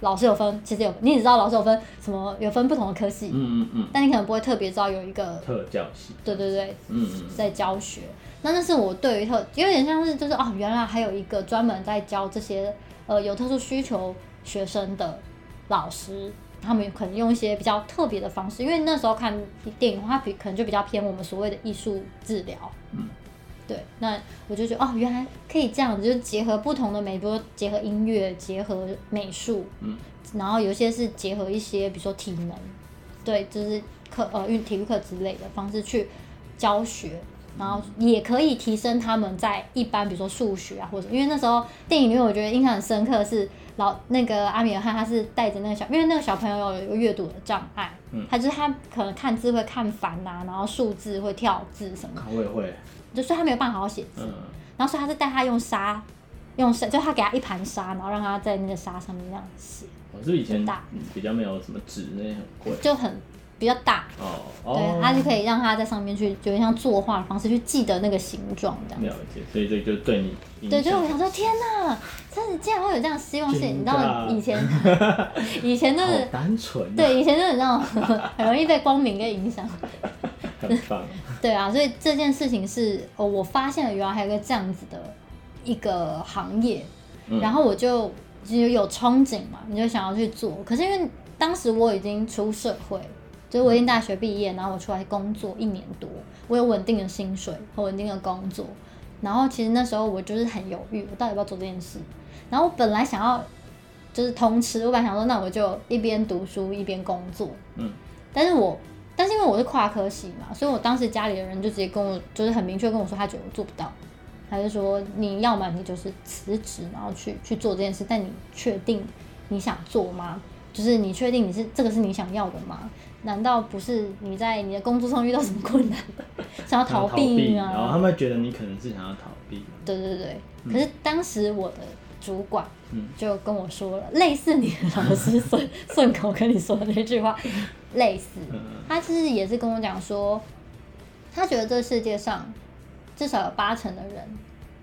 Speaker 1: 老师有分，其实有你只知道老师有分什么，有分不同的科系，
Speaker 2: 嗯嗯嗯，
Speaker 1: 但你可能不会特别知道有一个
Speaker 2: 特教系，
Speaker 1: 对对对
Speaker 2: 嗯嗯嗯
Speaker 1: 在教学。那那是我对于特有点像是就是哦，原来还有一个专门在教这些呃有特殊需求学生的老师，他们可能用一些比较特别的方式，因为那时候看电影的话，比可能就比较偏我们所谓的艺术治疗。
Speaker 2: 嗯，
Speaker 1: 对，那我就觉得哦，原来可以这样，就是结合不同的美，比如说结合音乐，结合美术，
Speaker 2: 嗯，
Speaker 1: 然后有些是结合一些，比如说体能，对，就是课呃运体育课之类的方式去教学，然后也可以提升他们在一般，比如说数学啊，或者因为那时候电影里面我觉得印象很深刻的是老那个阿米尔汗，他是带着那个小，因为那个小朋友有一个阅读的障碍，
Speaker 2: 嗯
Speaker 1: 他就是他可能看字会看烦呐、然后数字会跳字什么
Speaker 2: 啊我也会，
Speaker 1: 的，就是他没有办法好好写字，
Speaker 2: 嗯
Speaker 1: 然后所以他是带他用沙，用沙，就他给他一盘沙，然后让他在那个沙上面这样写，
Speaker 2: 我是以前
Speaker 1: 大
Speaker 2: 比较没有什么纸，那些很贵
Speaker 1: 就很比较大，
Speaker 2: 哦
Speaker 1: 对
Speaker 2: 哦，，
Speaker 1: 他就可以让他在上面去，有点像作画的方式去记得那个形状这样。
Speaker 2: 了解，所以这就对你影
Speaker 1: 对，所以我
Speaker 2: 响
Speaker 1: 想说，天哪，真的竟然会有这样的希望是，你知
Speaker 2: 真
Speaker 1: 道
Speaker 2: 的
Speaker 1: 以 前，以前都是
Speaker 2: 好单纯、啊，，
Speaker 1: 对，以前都是那种 很容易被光明给影响。
Speaker 2: 很棒，
Speaker 1: 对啊，所以这件事情是哦，我发现了原来还有一个这样子的一个行业，
Speaker 2: 嗯
Speaker 1: 然后我就就有憧憬嘛，你就想要去做。可是因为当时我已经出社会，就是我已经大学毕业，然后我出来工作一年多，我有稳定的薪水和稳定的工作，然后其实那时候我就是很犹豫，我到底要不要做这件事。然后我本来想要就是通吃，我本来想说，那我就一边读书一边工作，
Speaker 2: 嗯
Speaker 1: 但是我，但是因为我是跨科系嘛，所以我当时家里的人就直接跟我，就是很明确跟我说，他觉得我做不到，他就说你要么你就是辞职，然后去去做这件事，但你确定你想做吗？就是你确定你是这个是你想要的吗？难道不是你在你的工作上遇到什么困难， 想要 逃避
Speaker 2: 然后他
Speaker 1: 啊？
Speaker 2: 们觉得你可能是想要逃避，
Speaker 1: 对对对，可是当时我的主管
Speaker 2: 嗯
Speaker 1: 就跟我说了，类似你的老师 顺顺口跟你说的那句话，类似，
Speaker 2: 嗯
Speaker 1: 他其实也是跟我讲说，他觉得这世界上至少有八成的人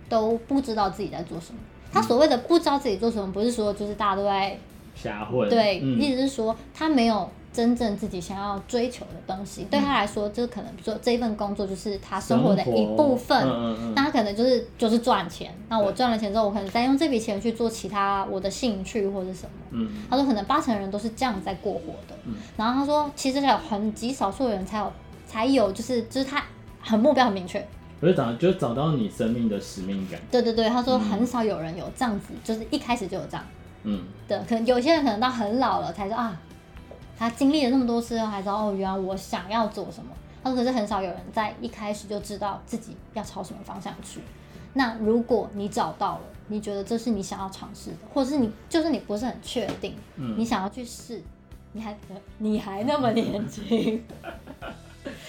Speaker 1: 都不知道自己在做什么。
Speaker 2: 嗯
Speaker 1: 他所谓的不知道自己做什么，不是说就是大家都在
Speaker 2: 瞎混，
Speaker 1: 对，意
Speaker 2: 嗯
Speaker 1: 思是说他没有真正自己想要追求的东
Speaker 2: 嗯
Speaker 1: 西。对他来说，就是可能比如说这一份工作就是他生活的一部分，
Speaker 2: 生活嗯嗯嗯
Speaker 1: 那他可能就是就是赚钱。那我赚了钱之后，我可能再用这笔钱去做其他我的兴趣或者什么。
Speaker 2: 嗯，
Speaker 1: 他说可能八成人都是这样在过活的。然后他说，其实有很极少数人才有才有，就是就是他很目标很明确。
Speaker 2: 我就找就找到你生命的使命感，
Speaker 1: 对对对，他说很少有人有这样子，就是一开始就有这样
Speaker 2: 嗯，
Speaker 1: 的。可能有些人可能到很老了才说啊，他经历了那么多次，还知道哦，原来我想要做什么。他说可是很少有人在一开始就知道自己要朝什么方向去。那如果你找到了，你觉得这是你想要尝试的，或者是你就是你不是很确定，
Speaker 2: 嗯
Speaker 1: 你想要去试，你还你还那么年轻。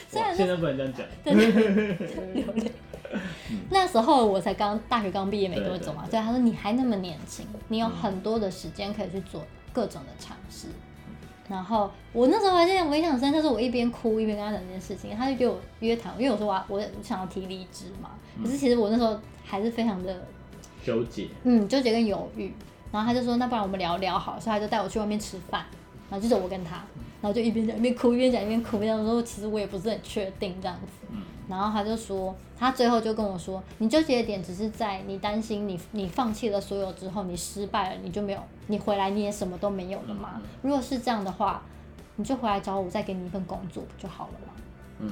Speaker 1: 虽
Speaker 2: 哇
Speaker 1: 然
Speaker 2: 现在不能这样讲，
Speaker 1: 流泪。那时候我才刚大学刚毕业没多久嘛，
Speaker 2: 对对对嗯
Speaker 1: 所以他说你还那么年轻，你有很多的时间可以去做各种的尝试。
Speaker 2: 嗯
Speaker 1: 然后我那时候还在我印象很深刻，是我一边哭一边跟他讲这件事情，他就给我约谈，因为我说我要我想要提离职嘛，可
Speaker 2: 嗯
Speaker 1: 是其实我那时候还是非常的
Speaker 2: 纠结，
Speaker 1: 嗯纠结跟犹豫，然后他就说那不然我们聊聊好，所以他就带我去外面吃饭，然后就是我跟他，
Speaker 2: 嗯
Speaker 1: 然后就一边讲一边哭一边讲一边哭，然后说其实我也不是很确定这样子，
Speaker 2: 嗯
Speaker 1: 然后他就说，他最后就跟我说，你纠结的点只是在你担心你你放弃了所有之后，你失败了，你就没有，你回来你也什么都没有了嘛
Speaker 2: 嗯。
Speaker 1: 如果是这样的话，你就回来找我，再给你一份工作不就好了嘛？
Speaker 2: 嗯，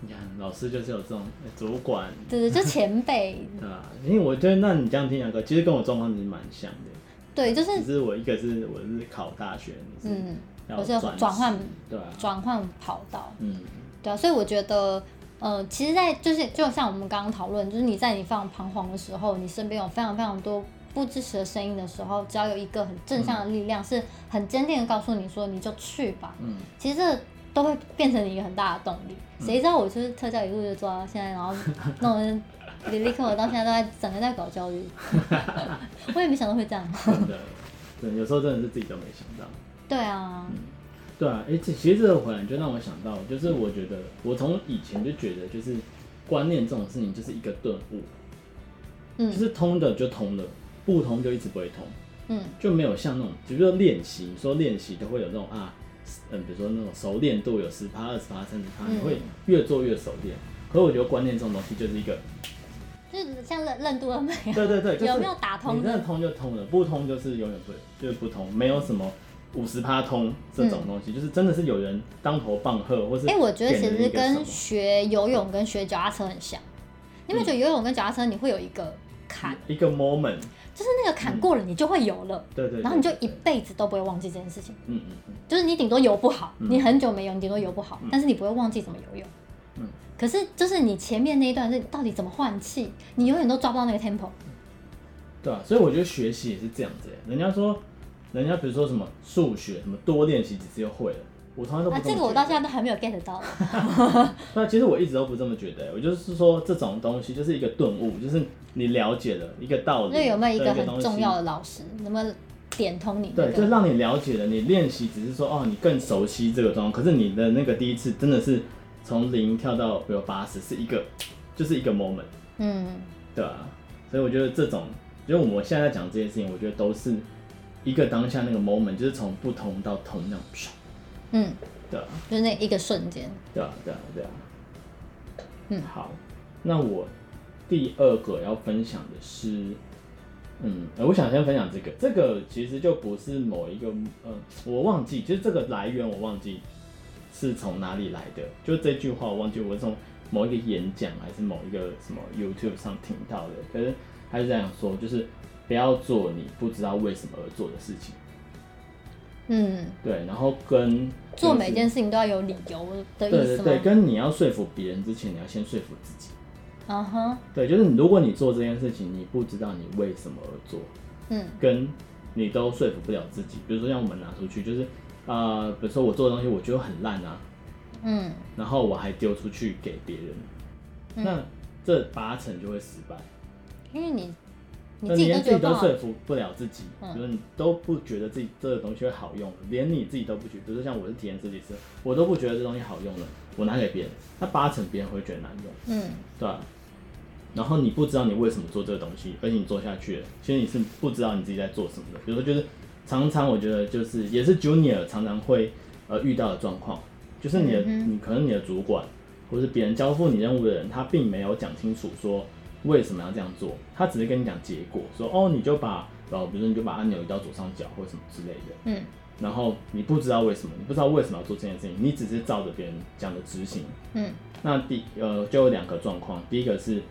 Speaker 2: 你看老师就是有这种哎主管，
Speaker 1: 对对，就前辈，
Speaker 2: 对吧？因为我觉得那你这样听两个，其实跟我状况其实蛮像的，
Speaker 1: 对， 就是
Speaker 2: 只是我一个是我是考大学，你是
Speaker 1: 嗯，
Speaker 2: 要
Speaker 1: 我是
Speaker 2: 转
Speaker 1: 转换
Speaker 2: 对啊，
Speaker 1: 转换跑道，
Speaker 2: 嗯
Speaker 1: 对啊，所以我觉得呃，其实在，就是就像我们刚刚讨论，就是你在你非常彷徨的时候，你身边有非常非常多不支持的声音的时候，只要有一个很正向的力量，是很坚定的告诉你说，你就去吧。
Speaker 2: 嗯，
Speaker 1: 其实这都会变成你一个很大的动力。谁知道我就是特教一路就做到现在，然后弄得李立克我到现在都在整个在搞教育， 我也没想到会这样。
Speaker 2: 真的， 对，有时候真的是自己都没想到。
Speaker 1: 对啊，
Speaker 2: 对啊，哎、这其实这个回来就让我想到，就是我觉得我从以前就觉得，就是观念这种事情就是一个顿悟，就
Speaker 1: 嗯
Speaker 2: 是通的就通了，不通就一直不会通，
Speaker 1: 嗯
Speaker 2: 就没有像那种，比如说练习，你说练习就会有那种啊，嗯，比如说那种熟练度有十趴、二十趴、三十趴，
Speaker 1: 嗯
Speaker 2: 你会越做越熟练。可是我觉得观念这种东西就是一个，
Speaker 1: 就是像任任督二脉一样，
Speaker 2: 对对对，就是
Speaker 1: 有没有打通
Speaker 2: 你真的通就通了，不通就是永远不就是不通，没有什么五十趴通这种东西，就是真的是有人当头棒喝，或是
Speaker 1: 嗯哎、我觉得其
Speaker 2: 点了
Speaker 1: 实
Speaker 2: 一个什
Speaker 1: 跟
Speaker 2: 么嗯
Speaker 1: 学游泳跟学脚踏车很像。你有没有觉得游泳跟脚踏车你会有一个坎，
Speaker 2: 一个 moment，
Speaker 1: 就是那个坎过了你就会游了，
Speaker 2: 嗯对对对
Speaker 1: 然后你就一
Speaker 2: 对对
Speaker 1: 辈子都不会忘记这件事情。
Speaker 2: 嗯嗯嗯，
Speaker 1: 就是你顶多游不好，
Speaker 2: 嗯
Speaker 1: 你很久没游，你顶多游不好，但是你不会忘记怎么游泳。
Speaker 2: 嗯
Speaker 1: 可是就是你前面那一段是到底怎么换气，你永远都抓不到那个 tempo。
Speaker 2: 对啊，所以我觉得学习也是这样子耶，欸人家说，人家比如说什么数学什么多练习几次就会了，我从来都不
Speaker 1: 啊，
Speaker 2: 这
Speaker 1: 这
Speaker 2: 么
Speaker 1: 个我
Speaker 2: 觉
Speaker 1: 到
Speaker 2: 得
Speaker 1: 现在都还没有 get 到。
Speaker 2: 那其实我一直都不这么觉得，欸我就是说这种东西就是一个顿悟，就是你了解了一个道理，
Speaker 1: 那有没有一
Speaker 2: 对
Speaker 1: 个
Speaker 2: 个
Speaker 1: 很
Speaker 2: 东西
Speaker 1: 重要的老师，能不能点通你那
Speaker 2: 对，就
Speaker 1: 个？
Speaker 2: 让你了解了，你练习只是说哦，你更熟悉这个状况，可是你的那个第一次真的是从零跳到比如八十，是一个就是一个 moment，
Speaker 1: 嗯，
Speaker 2: 对啊，所以我觉得这种，就是我们现在在讲这些事情，我觉得都是一个当下那个 moment，就是从不同到同那种，唰
Speaker 1: 嗯，
Speaker 2: 对啊，
Speaker 1: 就是那一个瞬间。
Speaker 2: 对啊，对啊，对啊，
Speaker 1: 嗯
Speaker 2: 好，那我第二个要分享的是，嗯，呃我想先分享这个，这个其实就不是某一个，呃，我忘记，就是这个来源我忘记是从哪里来的，就这句话我忘记我是从某一个演讲还是某一个什么 YouTube 上听到的，可是他就这样说，就是不要做你不知道为什么而做的事情，
Speaker 1: 嗯，
Speaker 2: 对，然后跟
Speaker 1: 做
Speaker 2: 就是
Speaker 1: 每件事情都要有理由的
Speaker 2: 对
Speaker 1: 意
Speaker 2: 对
Speaker 1: 思吗？
Speaker 2: 对，跟你要说服别人之前，你要先说服自己。
Speaker 1: 嗯哼，
Speaker 2: 对，就是你如果你做这件事情，你不知道你为什么而做，
Speaker 1: 嗯
Speaker 2: 跟你都说服不了自己。比如说像我们拿出去，就是呃，比如说我做的东西我觉得很烂啊，
Speaker 1: 嗯
Speaker 2: 然后我还丢出去给别人，
Speaker 1: 嗯
Speaker 2: 那这八成就会失败。
Speaker 1: 因为你你
Speaker 2: 那
Speaker 1: 自己都
Speaker 2: 连自
Speaker 1: 觉
Speaker 2: 己
Speaker 1: 得
Speaker 2: 都
Speaker 1: 不好
Speaker 2: 说，服不了自己，
Speaker 1: 嗯
Speaker 2: 就是你都不觉得自己这个东西会好用，连你自己都不觉得。比如说像我是体验设计师，我都不觉得这东西好用了，我拿给别人，那八成别人会觉得难用。
Speaker 1: 嗯
Speaker 2: 对啊、然后你不知道你为什么做这个东西，而且你做下去了，其实你是不知道你自己在做什么的。比如说，就是常常我觉得就是也是 junior 常常会呃遇到的状况，就是你的、你可能你的主管或是别人交付你任务的人，他并没有讲清楚说为什么要这样做，他只是跟你讲结果，说哦你就把然后比如说你就把按钮移到左上角或什么之类的，
Speaker 1: 嗯
Speaker 2: 然后你不知道为什么，你不知道为什么要做这件事情，你只是照着别人讲的执行，
Speaker 1: 嗯
Speaker 2: 那第呃就有两个状况，第一个是，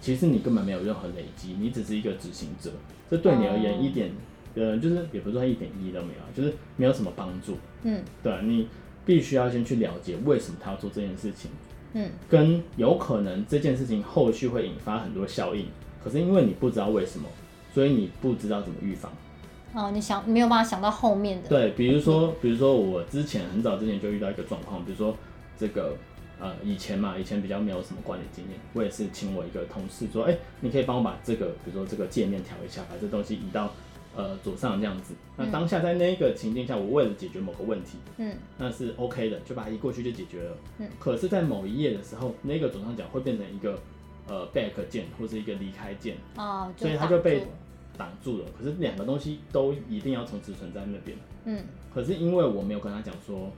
Speaker 2: 其实你根本没有任何累积，你只是一个执行者，这对你而
Speaker 1: 哦
Speaker 2: 言一点，呃，就是也不是说一点意义都没有啊，就是没有什么帮助。
Speaker 1: 嗯
Speaker 2: 对啊、你必须要先去了解为什么他要做这件事情，
Speaker 1: 嗯
Speaker 2: 跟有可能这件事情后续会引发很多效应，可是因为你不知道为什么，所以你不知道怎么预防。
Speaker 1: 哦，你想没有办法想到后面的，
Speaker 2: 对，比如说，比如说我之前很早之前就遇到一个状况，比如说这个呃以前嘛，以前比较没有什么管理经验，我也是请我一个同事说，哎、你可以帮我把这个，比如说这个界面调一下，把这东西移到呃左上这样子。那当下在那个情境下，我为了解决某个问题，
Speaker 1: 嗯
Speaker 2: 那是 OK 的，就把它移过去就解决了。
Speaker 1: 嗯
Speaker 2: 可是，在某一页的时候，那个左上角会变成一个呃 back 键或是一个离开键，
Speaker 1: 哦，
Speaker 2: 所以它
Speaker 1: 挡
Speaker 2: 就被
Speaker 1: 住
Speaker 2: 挡住了。可是两个东西都一定要同时存在那边。
Speaker 1: 嗯
Speaker 2: 可是因为我没有跟他讲说，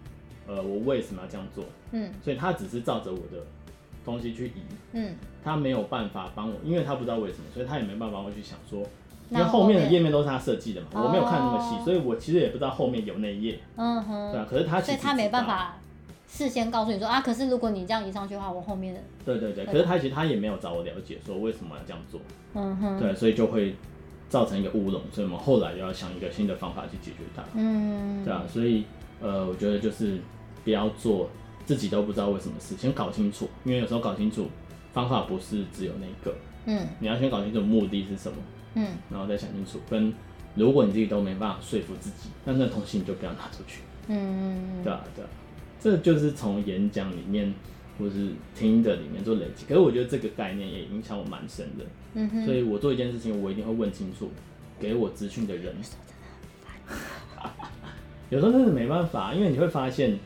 Speaker 2: 呃，我为什么要这样做，
Speaker 1: 嗯
Speaker 2: 所以他只是照着我的东西去移，
Speaker 1: 嗯，
Speaker 2: 他没有办法帮我，因为他不知道为什么，所以他也没办法帮我去想说，因
Speaker 1: 那
Speaker 2: 为后
Speaker 1: 后
Speaker 2: 面的
Speaker 1: 面
Speaker 2: 页面都是他设计的嘛，
Speaker 1: 哦
Speaker 2: 我没有看那么细，所以我其实也不知道后面有那一页，
Speaker 1: 嗯
Speaker 2: 对
Speaker 1: 哼，，
Speaker 2: 啊可是他其
Speaker 1: 所
Speaker 2: 实
Speaker 1: 以他
Speaker 2: 知
Speaker 1: 没办
Speaker 2: 道，
Speaker 1: 法事先告诉你说啊，可是如果你这样移上去的话，我后面的，
Speaker 2: 对对对，
Speaker 1: 对
Speaker 2: 可是他其实他也没有找我了解说为什么要这样做，
Speaker 1: 嗯哼，
Speaker 2: 对，所以就会造成一个乌龙，所以我们后来就要想一个新的方法去解决它，
Speaker 1: 嗯
Speaker 2: 对啊，所以呃，我觉得就是不要做自己都不知道为什么事，先搞清楚，因为有时候搞清楚方法不是只有那一个，
Speaker 1: 嗯
Speaker 2: 你要先搞清楚目的是什么，
Speaker 1: 嗯，
Speaker 2: 然后再想清楚。跟如果你自己都没办法说服自己，那那东西你就不要拿出去，
Speaker 1: 嗯，
Speaker 2: 对啊？对啊，这就是从演讲里面或是听的里面做累积。可是我觉得这个概念也影响我蛮深的，
Speaker 1: 嗯哼，
Speaker 2: 所以我做一件事情，我一定会问清楚给我资讯的人。 有时候真的没办法，因为你会发现，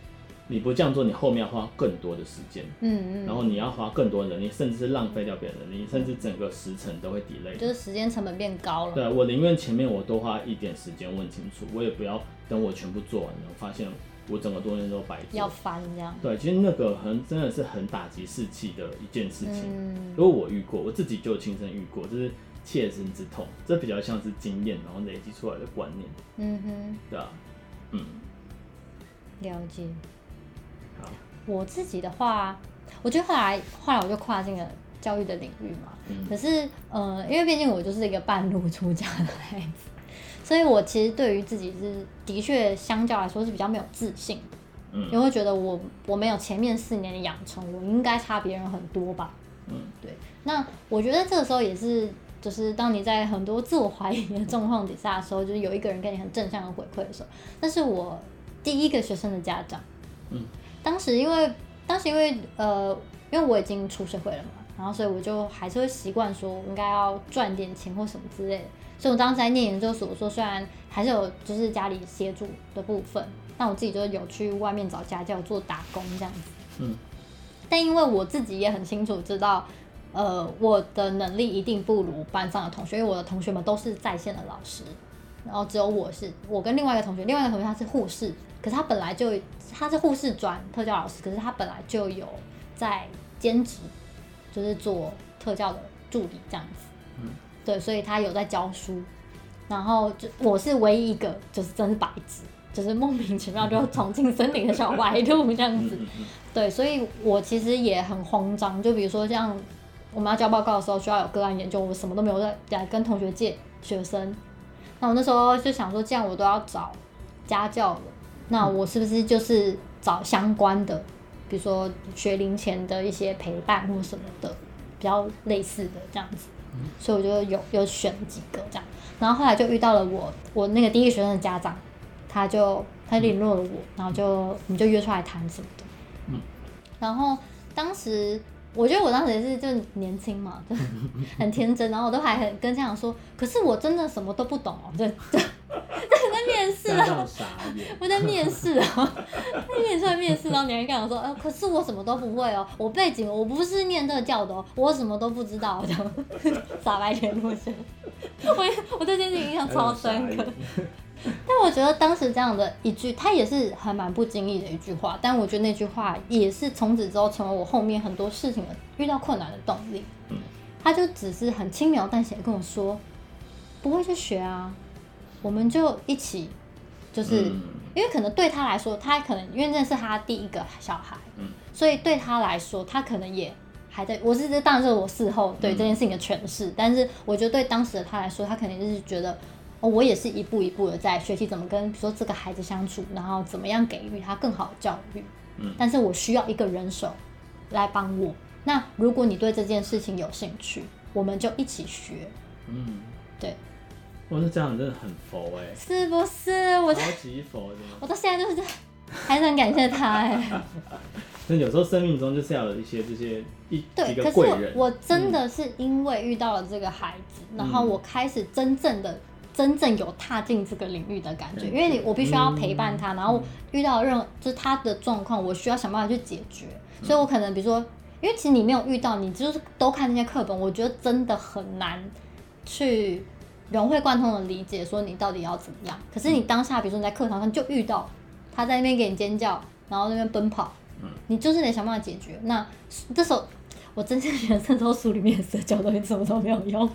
Speaker 2: 你不这样做，你后面要花更多的时间，
Speaker 1: 嗯
Speaker 2: 然
Speaker 1: 嗯，
Speaker 2: 后你要花更多的能力，甚至是浪费掉别人的能力，甚至整个时程都会 delay
Speaker 1: 就。是时间成本变高了。
Speaker 2: 对，啊我宁愿前面我多花一点时间问清楚，我也不要等我全部做完了，我发现我整个东西都白
Speaker 1: 要
Speaker 2: 做。
Speaker 1: 翻这样。
Speaker 2: 对，其实那个很真的是很打击士气的一件事情。
Speaker 1: 嗯
Speaker 2: 如果我遇过，我自己就亲身遇过，这是切身之痛，这比较像是经验，然后累积出来的观念，
Speaker 1: 嗯哼，
Speaker 2: 对吧、嗯，
Speaker 1: 了解。
Speaker 2: 好，
Speaker 1: 我自己的话，我觉得后来后来我就跨进了教育的领域嘛。
Speaker 2: 嗯
Speaker 1: 可是，呃，因为毕竟我就是一个半路出家的孩子，所以我其实对于自己是的确相较来说是比较没有自信的，也
Speaker 2: 嗯
Speaker 1: 会觉得我我没有前面四年的养成，我应该差别人很多吧。
Speaker 2: 嗯，
Speaker 1: 对。那我觉得这个时候也是，就是当你在很多自我怀疑的状况底下的时候，就是有一个人给你很正向的回馈的时候，那是我第一个学生的家长。
Speaker 2: 嗯，
Speaker 1: 当时因为当时因为呃，因为我已经出社会了嘛，然后所以我就还是会习惯说我应该要赚点钱或什么之类的。所以我当时在念研究所的时候，虽然还是有就是家里协助的部分，但我自己就有去外面找家教做打工这样子。
Speaker 2: 嗯，
Speaker 1: 但因为我自己也很清楚知道，呃，我的能力一定不如班上的同学，因为我的同学们都是在线的老师，然后只有我是我跟另外一个同学，另外一个同学他是护士，可是他本来就他是护士转特教老师，可是他本来就有在兼职，就是做特教的助理这样子，
Speaker 2: 嗯
Speaker 1: 对，所以他有在教书，然后就我是唯一一个就是真是白纸，就是莫名其妙就闯进森林的小白兔这样
Speaker 2: 嗯
Speaker 1: 子，
Speaker 2: 嗯嗯
Speaker 1: 对，所以我其实也很慌张。就比如说像我们要交报告的时候，需要有个案研究，我什么都没有在来跟同学借学生。那我那时候就想说，既然我都要找家教了，那我是不是就是找相关的，比如说学龄前的一些陪伴或什么的，比较类似的这样子。所以我就有有选几个这样，然后后来就遇到了我我那个第一个学生的家长，他就他联络了我，然后就我们就约出来谈什么的。然后当时我觉得我当时也是就年轻嘛，就很天真，然后我都还很跟家长说，可是我真的什么都不懂哦，就 就在面试
Speaker 2: 家长
Speaker 1: 啊，
Speaker 2: 傻 眼，
Speaker 1: 我在面试啊，在面试在面试，然后你还跟我说，呃，可是我什么都不会哦，我背景我不是念这个教的哦，我什么都不知道，这样 傻白甜路线，我也我对这件事情印象超深刻
Speaker 2: 哎家长傻。眼
Speaker 1: 但我觉得当时这样的一句，他也是还蛮不经意的一句话，但我觉得那句话也是从此之后成为我后面很多事情的遇到困难的动力。
Speaker 2: 嗯
Speaker 1: 他就只是很轻描淡写地跟我说：“不会去学啊，我们就一起，就是、
Speaker 2: 嗯
Speaker 1: 因为可能对他来说，他可能因为那是他第一个小孩，
Speaker 2: 嗯
Speaker 1: 所以对他来说，他可能也还在。我是这当然是我事后对
Speaker 2: 嗯
Speaker 1: 这件事情的诠释，但是我觉得对当时的他来说，他肯定就是觉得。哦，我也是一步一步的在学习怎么跟，比如说这个孩子相处，然后怎么样给予他更好的教育。
Speaker 2: 嗯
Speaker 1: 但是我需要一个人手来帮我。那如果你对这件事情有兴趣，我们就一起学。
Speaker 2: 嗯，
Speaker 1: 对，
Speaker 2: 我这家长真的很佛哎、
Speaker 1: 是不是？我
Speaker 2: 超级佛的。
Speaker 1: 我到现在就是还是很感谢他哎、
Speaker 2: 但有时候生命中就是要有一些这些一
Speaker 1: 对，
Speaker 2: 一
Speaker 1: 可是
Speaker 2: 个贵
Speaker 1: 我
Speaker 2: 人，
Speaker 1: 我真的是因为遇到了这个孩子，然后
Speaker 2: 嗯
Speaker 1: 我开始真正的。真正有踏进这个领域的感觉，因
Speaker 2: 感
Speaker 1: 为你
Speaker 2: 觉
Speaker 1: 我必须要陪伴他，然后遇到任何就是他的状况，我需要想办法去解决。所以我可能比如说，因为其实你没有遇到，你就是都看那些课本，我觉得真的很难去融会贯通的理解，说你到底要怎么样。可是你当下，比如说你在课堂上就遇到他在那边给你尖叫，然后那边奔跑，你就是得想办法解决。那这时候，我真正觉得这时候书里面所教的东西什么都没有用。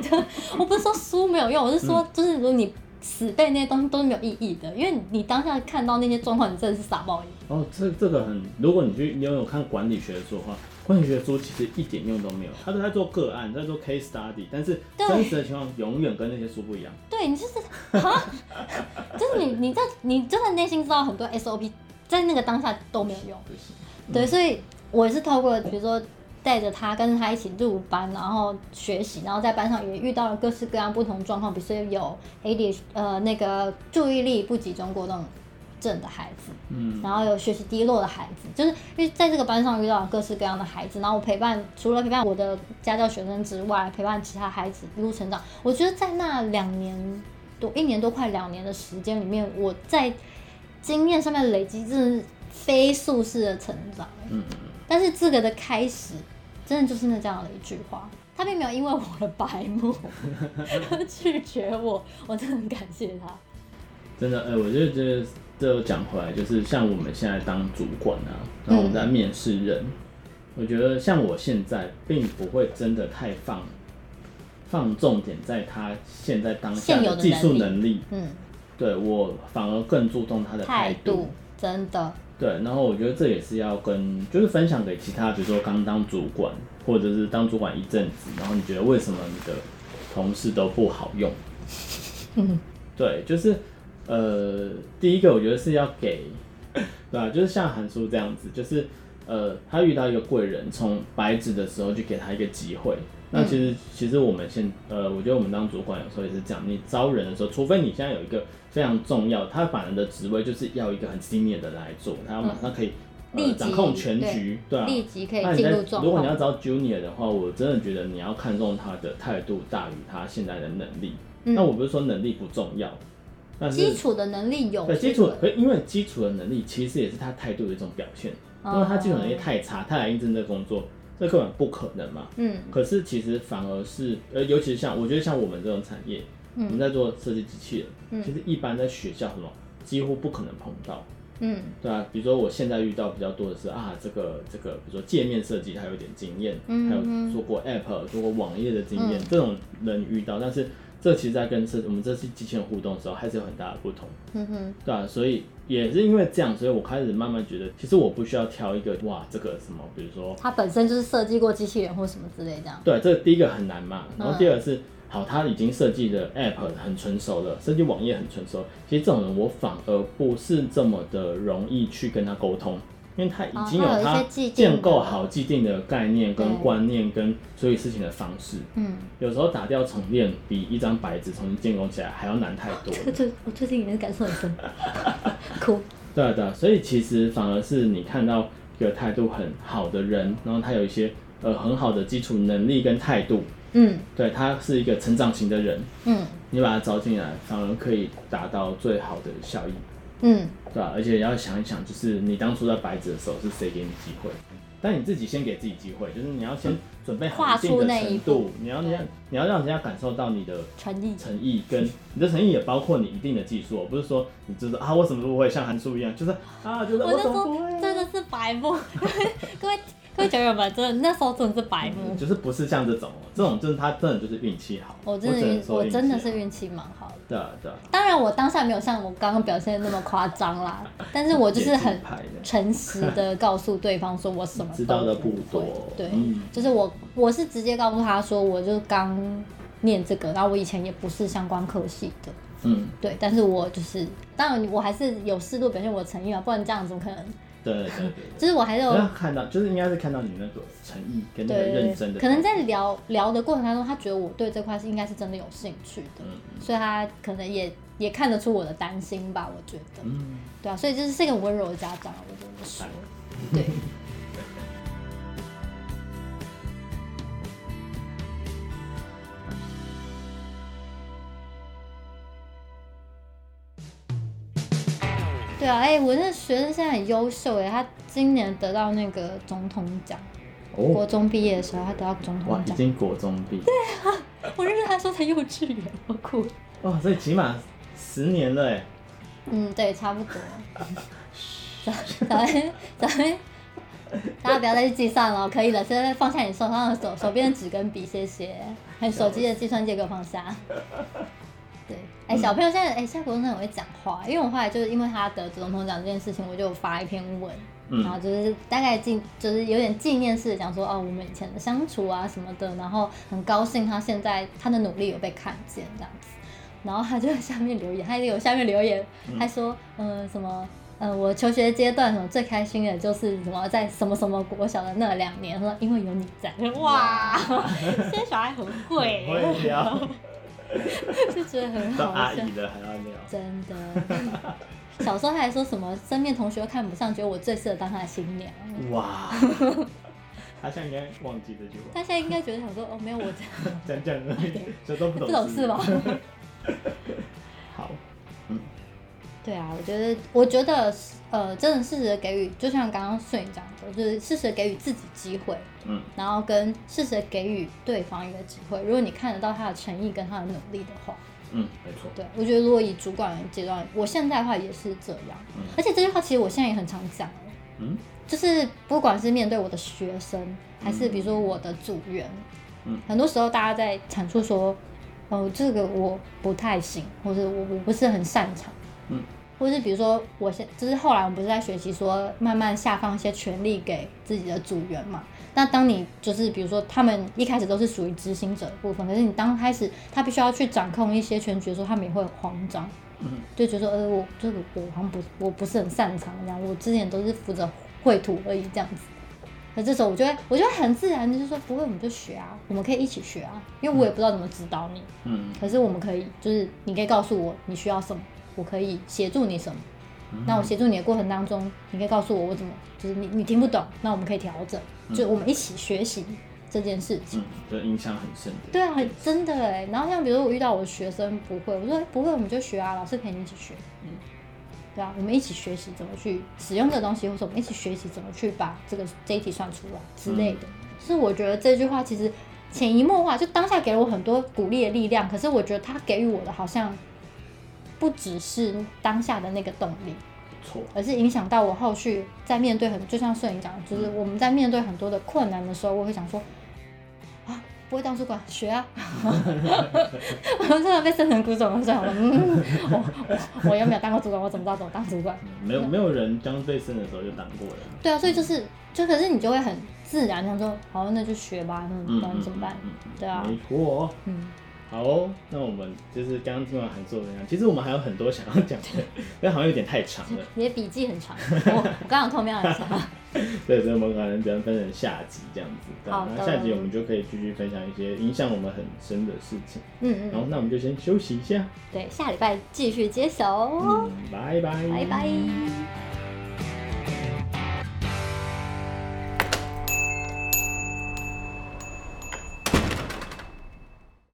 Speaker 1: 就我不是说书没有用，我是说就是如果你死背那些东西都是没有意义的，因为你当下看到那些状况，你真的是傻爆眼。
Speaker 2: 哦，这这个很，如果你去你有看管理学的书的话，管理学的书其实一点用都没有，它都在做个案，在做 case study，但是
Speaker 1: 对
Speaker 2: 真实的情况永远跟那些书不一样。
Speaker 1: 对你就是啊，就是你你在你真的内心知道很多 SOP 在那个当下都没有用。
Speaker 2: 不行。
Speaker 1: 对，所以我也是透过比如说带着他跟着他一起入班，然后学习，然后在班上也遇到了各式各样不同状况，比如说有 AD 呃那个注意力不集中过动症的孩子，
Speaker 2: 嗯，
Speaker 1: 然后有学习低落的孩子，就是因为在这个班上遇到了各式各样的孩子，然后我陪伴除了陪伴我的家教学生之外，陪伴其他孩子一路成长。我觉得在那两年多、一年多快两年的时间里面，我在经验上面累积真的是飞速式的成长。
Speaker 2: 嗯，
Speaker 1: 但是这个的开始，真的就是那这样的一句话，他并没有因为我的白目拒绝我，我真的很感谢他。
Speaker 2: 真的，哎、我就觉得这讲回来，就是像我们现在当主管啊，然后我们在面试人，我觉得像我现在并不会真的太放放重点在他现在当下
Speaker 1: 现有
Speaker 2: 的
Speaker 1: 的
Speaker 2: 技术
Speaker 1: 能
Speaker 2: 能力，
Speaker 1: 嗯，
Speaker 2: 对我反而更注重他的
Speaker 1: 态
Speaker 2: 态啊
Speaker 1: 度真的，
Speaker 2: 对，然后我觉得这也是要跟，就是分享给其他，比如说刚当主管，或者是当主管一阵子，然后你觉得为什么你的同事都不好 用？
Speaker 1: 嗯，
Speaker 2: 对，就是呃，第一个我觉得是要给，对啊，就是像韩叔这样子，就是呃，他遇到一个贵人，从白纸的时候就给他一个机会。
Speaker 1: 嗯
Speaker 2: 那其实、其实我们现呃，我觉得我们当主管有时候也是这样，你招人的时候，除非你现在有一个非常重要，他把人的职位就是要一个很 senior 的来做，他要马上可以、
Speaker 1: 嗯立
Speaker 2: 呃、
Speaker 1: 即
Speaker 2: 掌控全局，对啊。
Speaker 1: 立即可
Speaker 2: 那
Speaker 1: 以
Speaker 2: 你
Speaker 1: 进
Speaker 2: 在
Speaker 1: 入状
Speaker 2: 如果你要
Speaker 1: 况。
Speaker 2: 招 junior 的话，我真的觉得你要看重他的态度大于他现在的能力。
Speaker 1: 嗯
Speaker 2: 那我不是说能力不重要，但
Speaker 1: 基
Speaker 2: 是
Speaker 1: 础的能力有，
Speaker 2: 对基础，可因为基础的能力其实也是他态度的一种表现。
Speaker 1: 嗯
Speaker 2: 因为他基础
Speaker 1: 哦
Speaker 2: 能力太差，他来应征这个工作，这根本不可能嘛。
Speaker 1: 嗯
Speaker 2: 可是其实反而是，呃，尤其是像我觉得像我们这种产业，我们在做设计机器人，
Speaker 1: 嗯
Speaker 2: 其实一般在学校什么几乎不可能碰到。
Speaker 1: 嗯
Speaker 2: 对啊，比如说我现在遇到比较多的是啊，这个这个，比如说界面设计，他有点经验，
Speaker 1: 嗯
Speaker 2: 还有做过 App、做过网页的经验，这种人遇到，但是这其实在跟设我们这次机器人互动的时候，还是有很大的不同，
Speaker 1: 嗯哼，
Speaker 2: 对啊，所以也是因为这样，所以我开始慢慢觉得，其实我不需要挑一个哇，这个什么，比如说，
Speaker 1: 他本身就是设计过机器人或什么之类这样。
Speaker 2: 对，这第一个很难嘛，然后
Speaker 1: 嗯
Speaker 2: 第二个是。好，他已经设计的 App 很成熟了，设计网页很成熟。其实这种人，我反而不是这么的容易去跟他沟通，因为他已经有
Speaker 1: 哦他有
Speaker 2: 他
Speaker 1: 一些既定的
Speaker 2: 建构好既定的概念、
Speaker 1: 对
Speaker 2: 跟观念、跟处理事情的方式。
Speaker 1: 嗯，
Speaker 2: 有时候打掉重练比一张白纸重新建构起来还要难太多了。
Speaker 1: 这这我最近也是感受很 深，哭。
Speaker 2: 对啊对啊，所以其实反而是你看到一个态度很好的人，然后他有一些呃很好的基础能力跟态度，
Speaker 1: 嗯
Speaker 2: 对他是一个成长型的人，
Speaker 1: 嗯
Speaker 2: 你把他招进来，反而可以达到最好的效益。
Speaker 1: 嗯，
Speaker 2: 对啊，而且也要想一想，就是你当初在白纸的时候是谁给你机会，但你自己先给自己机会，就是你要先准备好
Speaker 1: 跨
Speaker 2: 一定
Speaker 1: 出
Speaker 2: 的
Speaker 1: 那一
Speaker 2: 程
Speaker 1: 步
Speaker 2: 度，你要
Speaker 1: 对
Speaker 2: 让你要让人家感受到你的
Speaker 1: 诚意。
Speaker 2: 诚意，跟你的诚意也包括你一定的技术哦，不是说你就是啊我什么都不会，像韩叔一样，就是啊就是
Speaker 1: 我那
Speaker 2: 我
Speaker 1: 时
Speaker 2: 怎么不
Speaker 1: 候
Speaker 2: 会啊、
Speaker 1: 真的是白目， 各位各位酒友们，真的那时候真的是白目。
Speaker 2: 嗯就是不是像这种哦，这种就是他真的就是运气好，
Speaker 1: 我真的
Speaker 2: 只能
Speaker 1: 运，
Speaker 2: 说
Speaker 1: 我真的
Speaker 2: 运气啊
Speaker 1: 是
Speaker 2: 好
Speaker 1: 运气蛮好的。
Speaker 2: 对啊对啊，
Speaker 1: 当然，我当下没有像我刚刚表现的那么夸张 啦，但是我就是
Speaker 2: 解
Speaker 1: 很
Speaker 2: 禁牌的
Speaker 1: 诚实的告诉对方说我什么
Speaker 2: 知道的
Speaker 1: 都
Speaker 2: 不
Speaker 1: 会
Speaker 2: 多
Speaker 1: 对，
Speaker 2: 嗯
Speaker 1: 就是我我是直接告诉他说，我就刚念这个，然后我以前也不是相关科系的，
Speaker 2: 嗯
Speaker 1: 对，但是我就是当然我还是有适度表现我的诚意嘛，啊不然这样怎么可能？
Speaker 2: 对对对对对。
Speaker 1: 就是我还是有
Speaker 2: 要看到，就是应该是看到你那个诚意跟那个
Speaker 1: 对对
Speaker 2: 认真
Speaker 1: 对，
Speaker 2: 的，
Speaker 1: 可能在聊聊的过程当中，他觉得我对这块是应该是真的有兴趣的，
Speaker 2: 嗯
Speaker 1: 所以他可能也也看得出我的担心吧，我觉得，
Speaker 2: 嗯，
Speaker 1: 对啊，所以这是一个很温柔的家长，我这么说， 对。对啊，哎、我那学生现在很优秀哎，他今年得到那个总统奖，国
Speaker 2: 哦，
Speaker 1: 中毕业的时候，他得到总
Speaker 2: 哇，
Speaker 1: 统
Speaker 2: 已
Speaker 1: 奖。
Speaker 2: 经国中毕业，
Speaker 1: 我认识他说他幼稚园，我哭。
Speaker 2: 哇，所以起码十年了哎，
Speaker 1: 嗯，对，差 不多。咱们咱们大家不要再去计算了，可以了。现在放下你手上的手手边的纸跟笔，谢谢。还有手机的计算机给我放下。对，哎、小朋友现在哎、现在国中生很会讲话，因为我后来就是因为他得总统奖这件事情，我就有发一篇文，
Speaker 2: 嗯
Speaker 1: 然后就是大概纪就是有点纪念式的讲说哦，我们以前的相处啊什么的，然后很高兴他现在他的努力有被看见这样子。然后他就在下面留言，他也有下面留言，他说，嗯、什么，呃，我求学阶段什么最开心的就是什么在什么什么国小的那两年，说因为有你在，哇， 现在小孩很会，
Speaker 2: 会聊，
Speaker 1: 就觉得很
Speaker 2: 到
Speaker 1: 好
Speaker 2: 阿
Speaker 1: 笑
Speaker 2: 姨，了还要聊。
Speaker 1: 真的。 小时候还说什么身边同学都看不上，觉得我最适合当他的新娘。
Speaker 2: 哇，他现在应该忘记这句话，
Speaker 1: 他现在应该觉得想说哦，没有我这样
Speaker 2: 讲讲而已，小时候不懂
Speaker 1: 不懂事吧？
Speaker 2: 好，嗯
Speaker 1: 对啊，我觉得，我觉得，呃，真的适时的给予，就像刚刚顺宇讲的，就是适时的给予自己机会，
Speaker 2: 嗯，
Speaker 1: 然后跟适时的给予对方一个机会。如果你看得到他的诚意跟他的努力的话，
Speaker 2: 嗯，没错，
Speaker 1: 对我觉得，如果以主管的阶段，我现在的话也是这样。
Speaker 2: 嗯
Speaker 1: 而且这句话其实我现在也很常讲，
Speaker 2: 嗯
Speaker 1: 就是不管是面对我的学生，还是比如说我的组员，
Speaker 2: 嗯
Speaker 1: 很多时候大家在阐述说，哦、这个我不太行，或者我我不是很擅长。
Speaker 2: 嗯
Speaker 1: 或是比如说，我现就是后来我们不是在学习说慢慢下放一些权利给自己的组员嘛？那当你就是比如说他们一开始都是属于执行者的部分，可是你当开始他必须要去掌控一些全局的时候，他们也会很慌张，
Speaker 2: 嗯
Speaker 1: 就觉得说呃我这个我好像不我不是很擅长这样，我之前都是负责绘图而已这样子。那这时候我就会我就会很自然就是说不会我们就学啊，我们可以一起学啊，因为我也不知道怎么指导你，
Speaker 2: 嗯
Speaker 1: 可是我们可以，就是你可以告诉我你需要什么，我可以协助你什么。
Speaker 2: 嗯
Speaker 1: 那我协助你的过程当中，你可以告诉我我怎么，就是你你听不懂，那我们可以调整，就我们一起学习这件事情。
Speaker 2: 嗯，就印象很深的，
Speaker 1: 对啊，很真的哎。然后像比如说我遇到我的学生不会，我说哎不会我们就学啊，老师陪你一起学。
Speaker 2: 嗯
Speaker 1: 对啊，我们一起学习怎么去使用这个东西，或者我们一起学习怎么去把这个这一题算出来之类的。是我觉得这句话其实潜移默化，就当下给了我很多鼓励的力量。可是我觉得他给予我的好像不只是当下的那个动力，
Speaker 2: 不错，
Speaker 1: 而是影响到我后续在面对很，就像摄影讲的，
Speaker 2: 嗯
Speaker 1: 就是我们在面对很多的困难的时候，我会想说啊，不会当主管学啊， 我真的被生成古董了，所以我说嗯， 我我我又没有当过主管，我怎么知道怎么当主管？
Speaker 2: 嗯没有没有人刚被生的时候就当过人，
Speaker 1: 对啊，所以就是就可是你就会很自然想说，好，那就学吧，那
Speaker 2: 嗯
Speaker 1: 不然
Speaker 2: 嗯
Speaker 1: 怎么办？
Speaker 2: 嗯嗯
Speaker 1: 对啊
Speaker 2: 没错。
Speaker 1: 嗯，
Speaker 2: 好哦，那我们就是刚刚听完韩硕分享，其实我们还有很多想要 讲的，但好像有点太长了。
Speaker 1: 你的笔记很长， 我我刚刚偷瞄了一下，
Speaker 2: 对，所以我们可能只能分成下集这样子。对啊
Speaker 1: 好的
Speaker 2: 那下集我们就可以继续分享一些影响我们很深的事情。
Speaker 1: 嗯
Speaker 2: 然后
Speaker 1: 嗯，
Speaker 2: 那我们就先休息一下，
Speaker 1: 对，下礼拜继续接手，
Speaker 2: 嗯，拜拜，
Speaker 1: 拜拜。